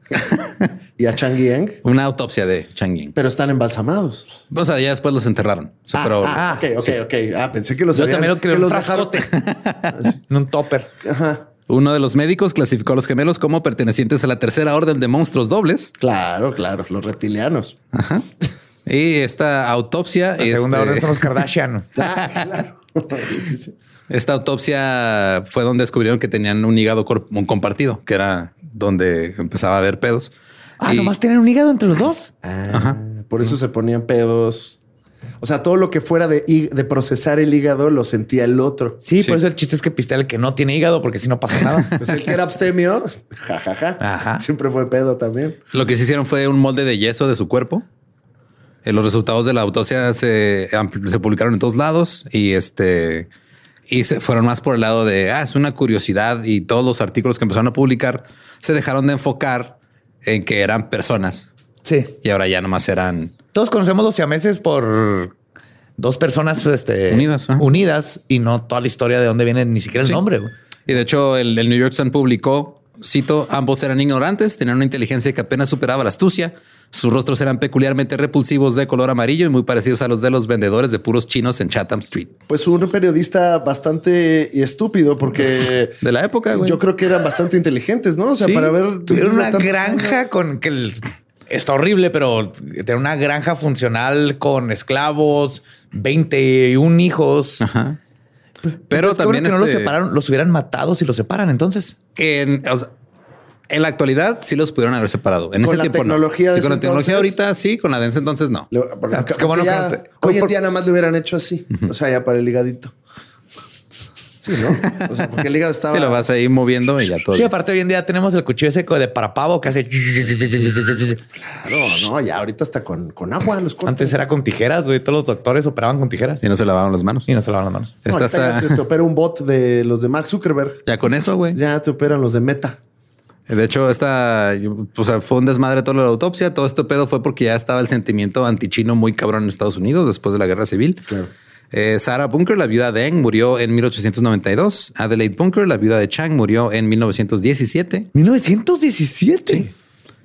Speaker 3: y a Chang y Eng,
Speaker 1: Una autopsia de Chang'in.
Speaker 3: pero están embalsamados.
Speaker 1: O sea, ya después los enterraron. O sea,
Speaker 3: Ah,
Speaker 1: pero
Speaker 3: ah, ok, ok, ok. Ah, pensé que los
Speaker 2: Yo
Speaker 3: habían-
Speaker 2: también lo creo
Speaker 3: que
Speaker 2: en un
Speaker 3: los dejaron-
Speaker 2: frascote. en un topper.
Speaker 3: Ajá.
Speaker 1: uno de los médicos clasificó a los gemelos como pertenecientes a la tercera orden de monstruos dobles.
Speaker 3: *laughs* Claro, claro, los reptilianos.
Speaker 1: Ajá. Y esta autopsia.
Speaker 2: La segunda
Speaker 1: este,
Speaker 2: orden son los Kardashian.
Speaker 3: Sí, sí, sí.
Speaker 1: *laughs* Esta autopsia fue donde descubrieron que tenían un hígado cor- un compartido, que era donde empezaba a haber pedos.
Speaker 2: Ah,
Speaker 1: Y-
Speaker 2: nomás tienen un hígado entre los dos.
Speaker 3: Ah, Por eso se ponían pedos. O sea, todo lo que fuera de, hí- de procesar el hígado lo sentía el otro.
Speaker 2: Sí, por eso el chiste es que pistea el que no tiene hígado, porque si no pasa
Speaker 3: *laughs*
Speaker 2: nada.
Speaker 3: Pues el que era abstemio, *laughs* jajaja,
Speaker 2: Ajá.
Speaker 3: siempre fue pedo también.
Speaker 1: Lo que se hicieron fue un molde de yeso de su cuerpo. Eh, los resultados de la autopsia se, ampl- se publicaron en todos lados y este y se fueron más por el lado de ah, es una curiosidad y todos los artículos que empezaron a publicar se dejaron de enfocar en que eran personas
Speaker 2: Sí.
Speaker 1: y ahora ya nomás eran
Speaker 2: Todos conocemos los siameses por dos personas este,
Speaker 1: Unidas, ajá.
Speaker 2: unidas y no toda la historia de dónde viene ni siquiera el
Speaker 1: Sí.
Speaker 2: nombre. güey.
Speaker 1: Y de hecho, el, el New York Sun publicó, cito, ambos eran ignorantes, tenían una inteligencia que apenas superaba la astucia. Sus rostros eran peculiarmente repulsivos de color amarillo y muy parecidos a los de los vendedores de puros chinos en Chatham Street.
Speaker 3: Pues un periodista bastante estúpido porque
Speaker 1: De la época, güey.
Speaker 3: yo creo que eran bastante inteligentes, ¿no? O sea,
Speaker 1: Sí,
Speaker 3: para ver...
Speaker 2: Tuvieron una
Speaker 3: tan-
Speaker 2: *laughs* granja con que el- está horrible, pero tener una granja funcional con esclavos, 21 hijos.
Speaker 1: Ajá. Pero
Speaker 2: Entonces, qué
Speaker 1: también
Speaker 2: bueno que no los
Speaker 1: este,
Speaker 2: separaron, los hubieran matado si los separan. Entonces,
Speaker 1: en, o sea, en la actualidad sí los pudieron haber separado. En
Speaker 3: Con
Speaker 1: ese
Speaker 3: la
Speaker 1: tiempo no.
Speaker 3: tecnología de
Speaker 1: Sí, con la
Speaker 3: ese
Speaker 1: tecnología
Speaker 3: entonces-
Speaker 1: ahorita sí, con la densa entonces no.
Speaker 3: Le- porque-
Speaker 2: Ah, pues qué bueno
Speaker 3: porque ya-
Speaker 2: que no te-
Speaker 3: hoy en
Speaker 2: por-
Speaker 3: día nada más lo hubieran hecho así. O sea, ya para el hígadito. Sí, ¿no? O sea, porque el hígado estaba...
Speaker 1: Sí, lo vas a ir moviendo y ya todo.
Speaker 2: sí, aparte hoy en día tenemos el cuchillo seco de para pavo que hace.
Speaker 3: Claro, no, ya ahorita está con, con agua los cortes.
Speaker 2: Antes era con tijeras, güey. Todos los doctores operaban con tijeras
Speaker 1: Y no se lavaban las manos.
Speaker 2: y no se lavaban las manos.
Speaker 3: No,
Speaker 1: Estás
Speaker 3: ahorita ya
Speaker 1: a-
Speaker 3: te, te opera un bot de los de Mark Zuckerberg.
Speaker 1: *laughs* ya con eso, güey.
Speaker 3: Ya te operan los de Meta.
Speaker 1: De hecho, esta o sea, fue un desmadre toda la autopsia. Todo este pedo fue porque ya estaba el sentimiento antichino muy cabrón en Estados Unidos después de la guerra civil. Eh, Sarah Bunker, la viuda de Eng, murió en 1892. Adelaide Bunker, la viuda de Chang, murió en 1917.
Speaker 2: 1917.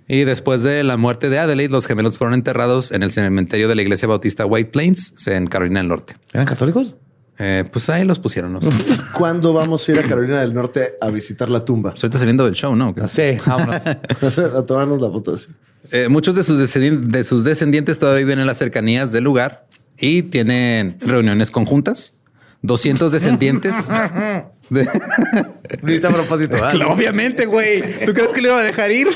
Speaker 1: Y después de la muerte de Adelaide, los gemelos fueron enterrados en el cementerio de la iglesia bautista White Plains, en Carolina del Norte.
Speaker 2: ¿Eran católicos?
Speaker 1: Eh, pues ahí los pusieron. ¿no? Pues
Speaker 3: ¿Cuándo vamos a ir a Carolina del Norte a visitar la tumba?
Speaker 1: ahorita saliendo del show, ¿no?
Speaker 2: Sí, vámonos.
Speaker 1: *laughs*
Speaker 3: *laughs* a tomarnos la foto así.
Speaker 1: Eh, muchos de sus, descendien- de sus descendientes todavía viven en las cercanías del lugar y tienen reuniones conjuntas. 200 descendientes. de-
Speaker 2: Ahorita a propósito. ¿verdad?
Speaker 1: *laughs* Obviamente, güey. ¿Tú crees que le iba a dejar ir?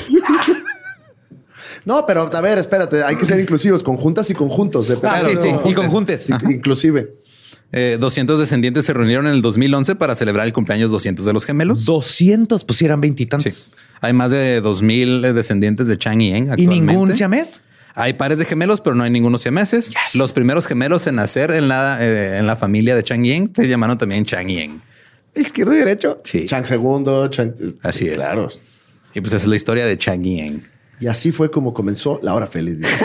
Speaker 3: No, pero a ver, espérate, hay que ser inclusivos, conjuntas y conjuntos.
Speaker 2: Ah,
Speaker 3: dependiendo-
Speaker 2: sí, sí. Y conjuntes.
Speaker 3: Sí, Inclusive.
Speaker 1: Eh, 200 descendientes se reunieron en el 2011 para celebrar el cumpleaños 200 de los gemelos.
Speaker 2: 200, pues sí, eran veintitantos.
Speaker 1: Sí. Hay más de 2000 descendientes de Chang y Eng.
Speaker 2: ¿Y ningún
Speaker 1: actualmente.
Speaker 2: siamés?
Speaker 1: Hay pares de gemelos, pero no hay ninguno siameses. Los primeros gemelos en nacer en la, eh, en la familia de Chang y Eng se llamaron también Chang y Eng.
Speaker 2: Izquierdo y derecho.
Speaker 1: Sí.
Speaker 3: Chang segundo, Chang.
Speaker 1: Así es.
Speaker 3: Claro.
Speaker 1: Y pues esa es la historia de Chang y Eng.
Speaker 3: Y así fue como comenzó la hora feliz. dice.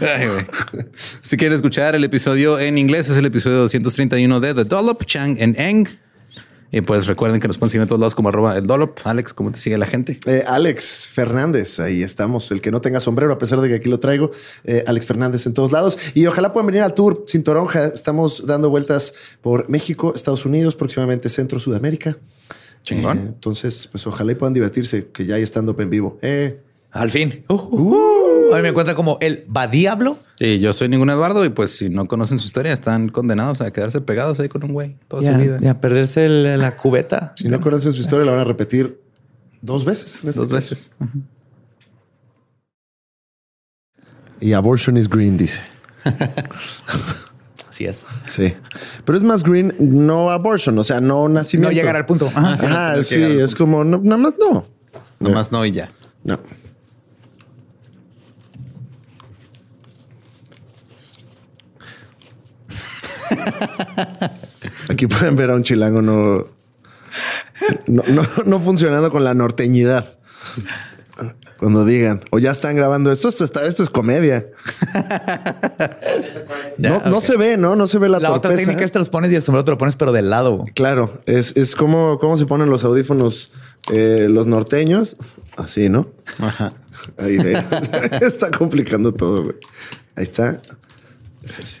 Speaker 1: Ay, güey. *laughs* si quieren escuchar el episodio en inglés, es el episodio 231 de The Dollop, Chang and Eng. Y pues recuerden que nos pueden seguir en todos lados como arroba el Dollop. Alex, ¿cómo te sigue la gente?
Speaker 3: Eh, Alex Fernández, ahí estamos. El que no tenga sombrero, a pesar de que aquí lo traigo. eh, Alex Fernández en todos lados. Y ojalá puedan venir al tour sin toronja. Estamos dando vueltas por México, Estados Unidos, próximamente Centro, Sudamérica.
Speaker 1: Chingón.
Speaker 3: Eh, entonces, pues ojalá y puedan divertirse, que ya hay stand-up en vivo. Eh,
Speaker 2: Al fin. Uh, Hoy me encuentran como el va diablo.
Speaker 1: Y yo soy ningún Eduardo y pues si no conocen su historia, están condenados a quedarse pegados ahí con un güey toda su vida.
Speaker 2: Y a perderse el- la cubeta.
Speaker 3: si no conocen su historia, la van a repetir dos veces. en este
Speaker 1: Dos
Speaker 3: caso.
Speaker 1: veces.
Speaker 3: Y abortion is green, dice.
Speaker 2: Así es.
Speaker 3: Sí. Pero es más green, no abortion, o sea, no nacimiento.
Speaker 2: No llegar al punto. Ajá.
Speaker 1: Ah, sí, no
Speaker 3: Ajá,
Speaker 1: tienes que
Speaker 3: sí,
Speaker 1: llegar al
Speaker 3: es como, no, nada más no.
Speaker 1: Nomás no y ya.
Speaker 3: No. Aquí pueden ver a un chilango no, no, no, no funcionando con la norteñidad. Cuando digan, o ya están grabando esto, esto, está, esto es comedia. no, no se ve, ¿no? No se ve la,
Speaker 2: La otra
Speaker 3: torpeza.
Speaker 2: técnica es te los pones y el sombrero te lo pones, pero del lado.
Speaker 3: Claro, es, es como, como se ponen los audífonos eh, los norteños. Así, ¿no?
Speaker 1: Ajá.
Speaker 3: Ahí ve. está complicando todo, güey. Ahí está. Es así.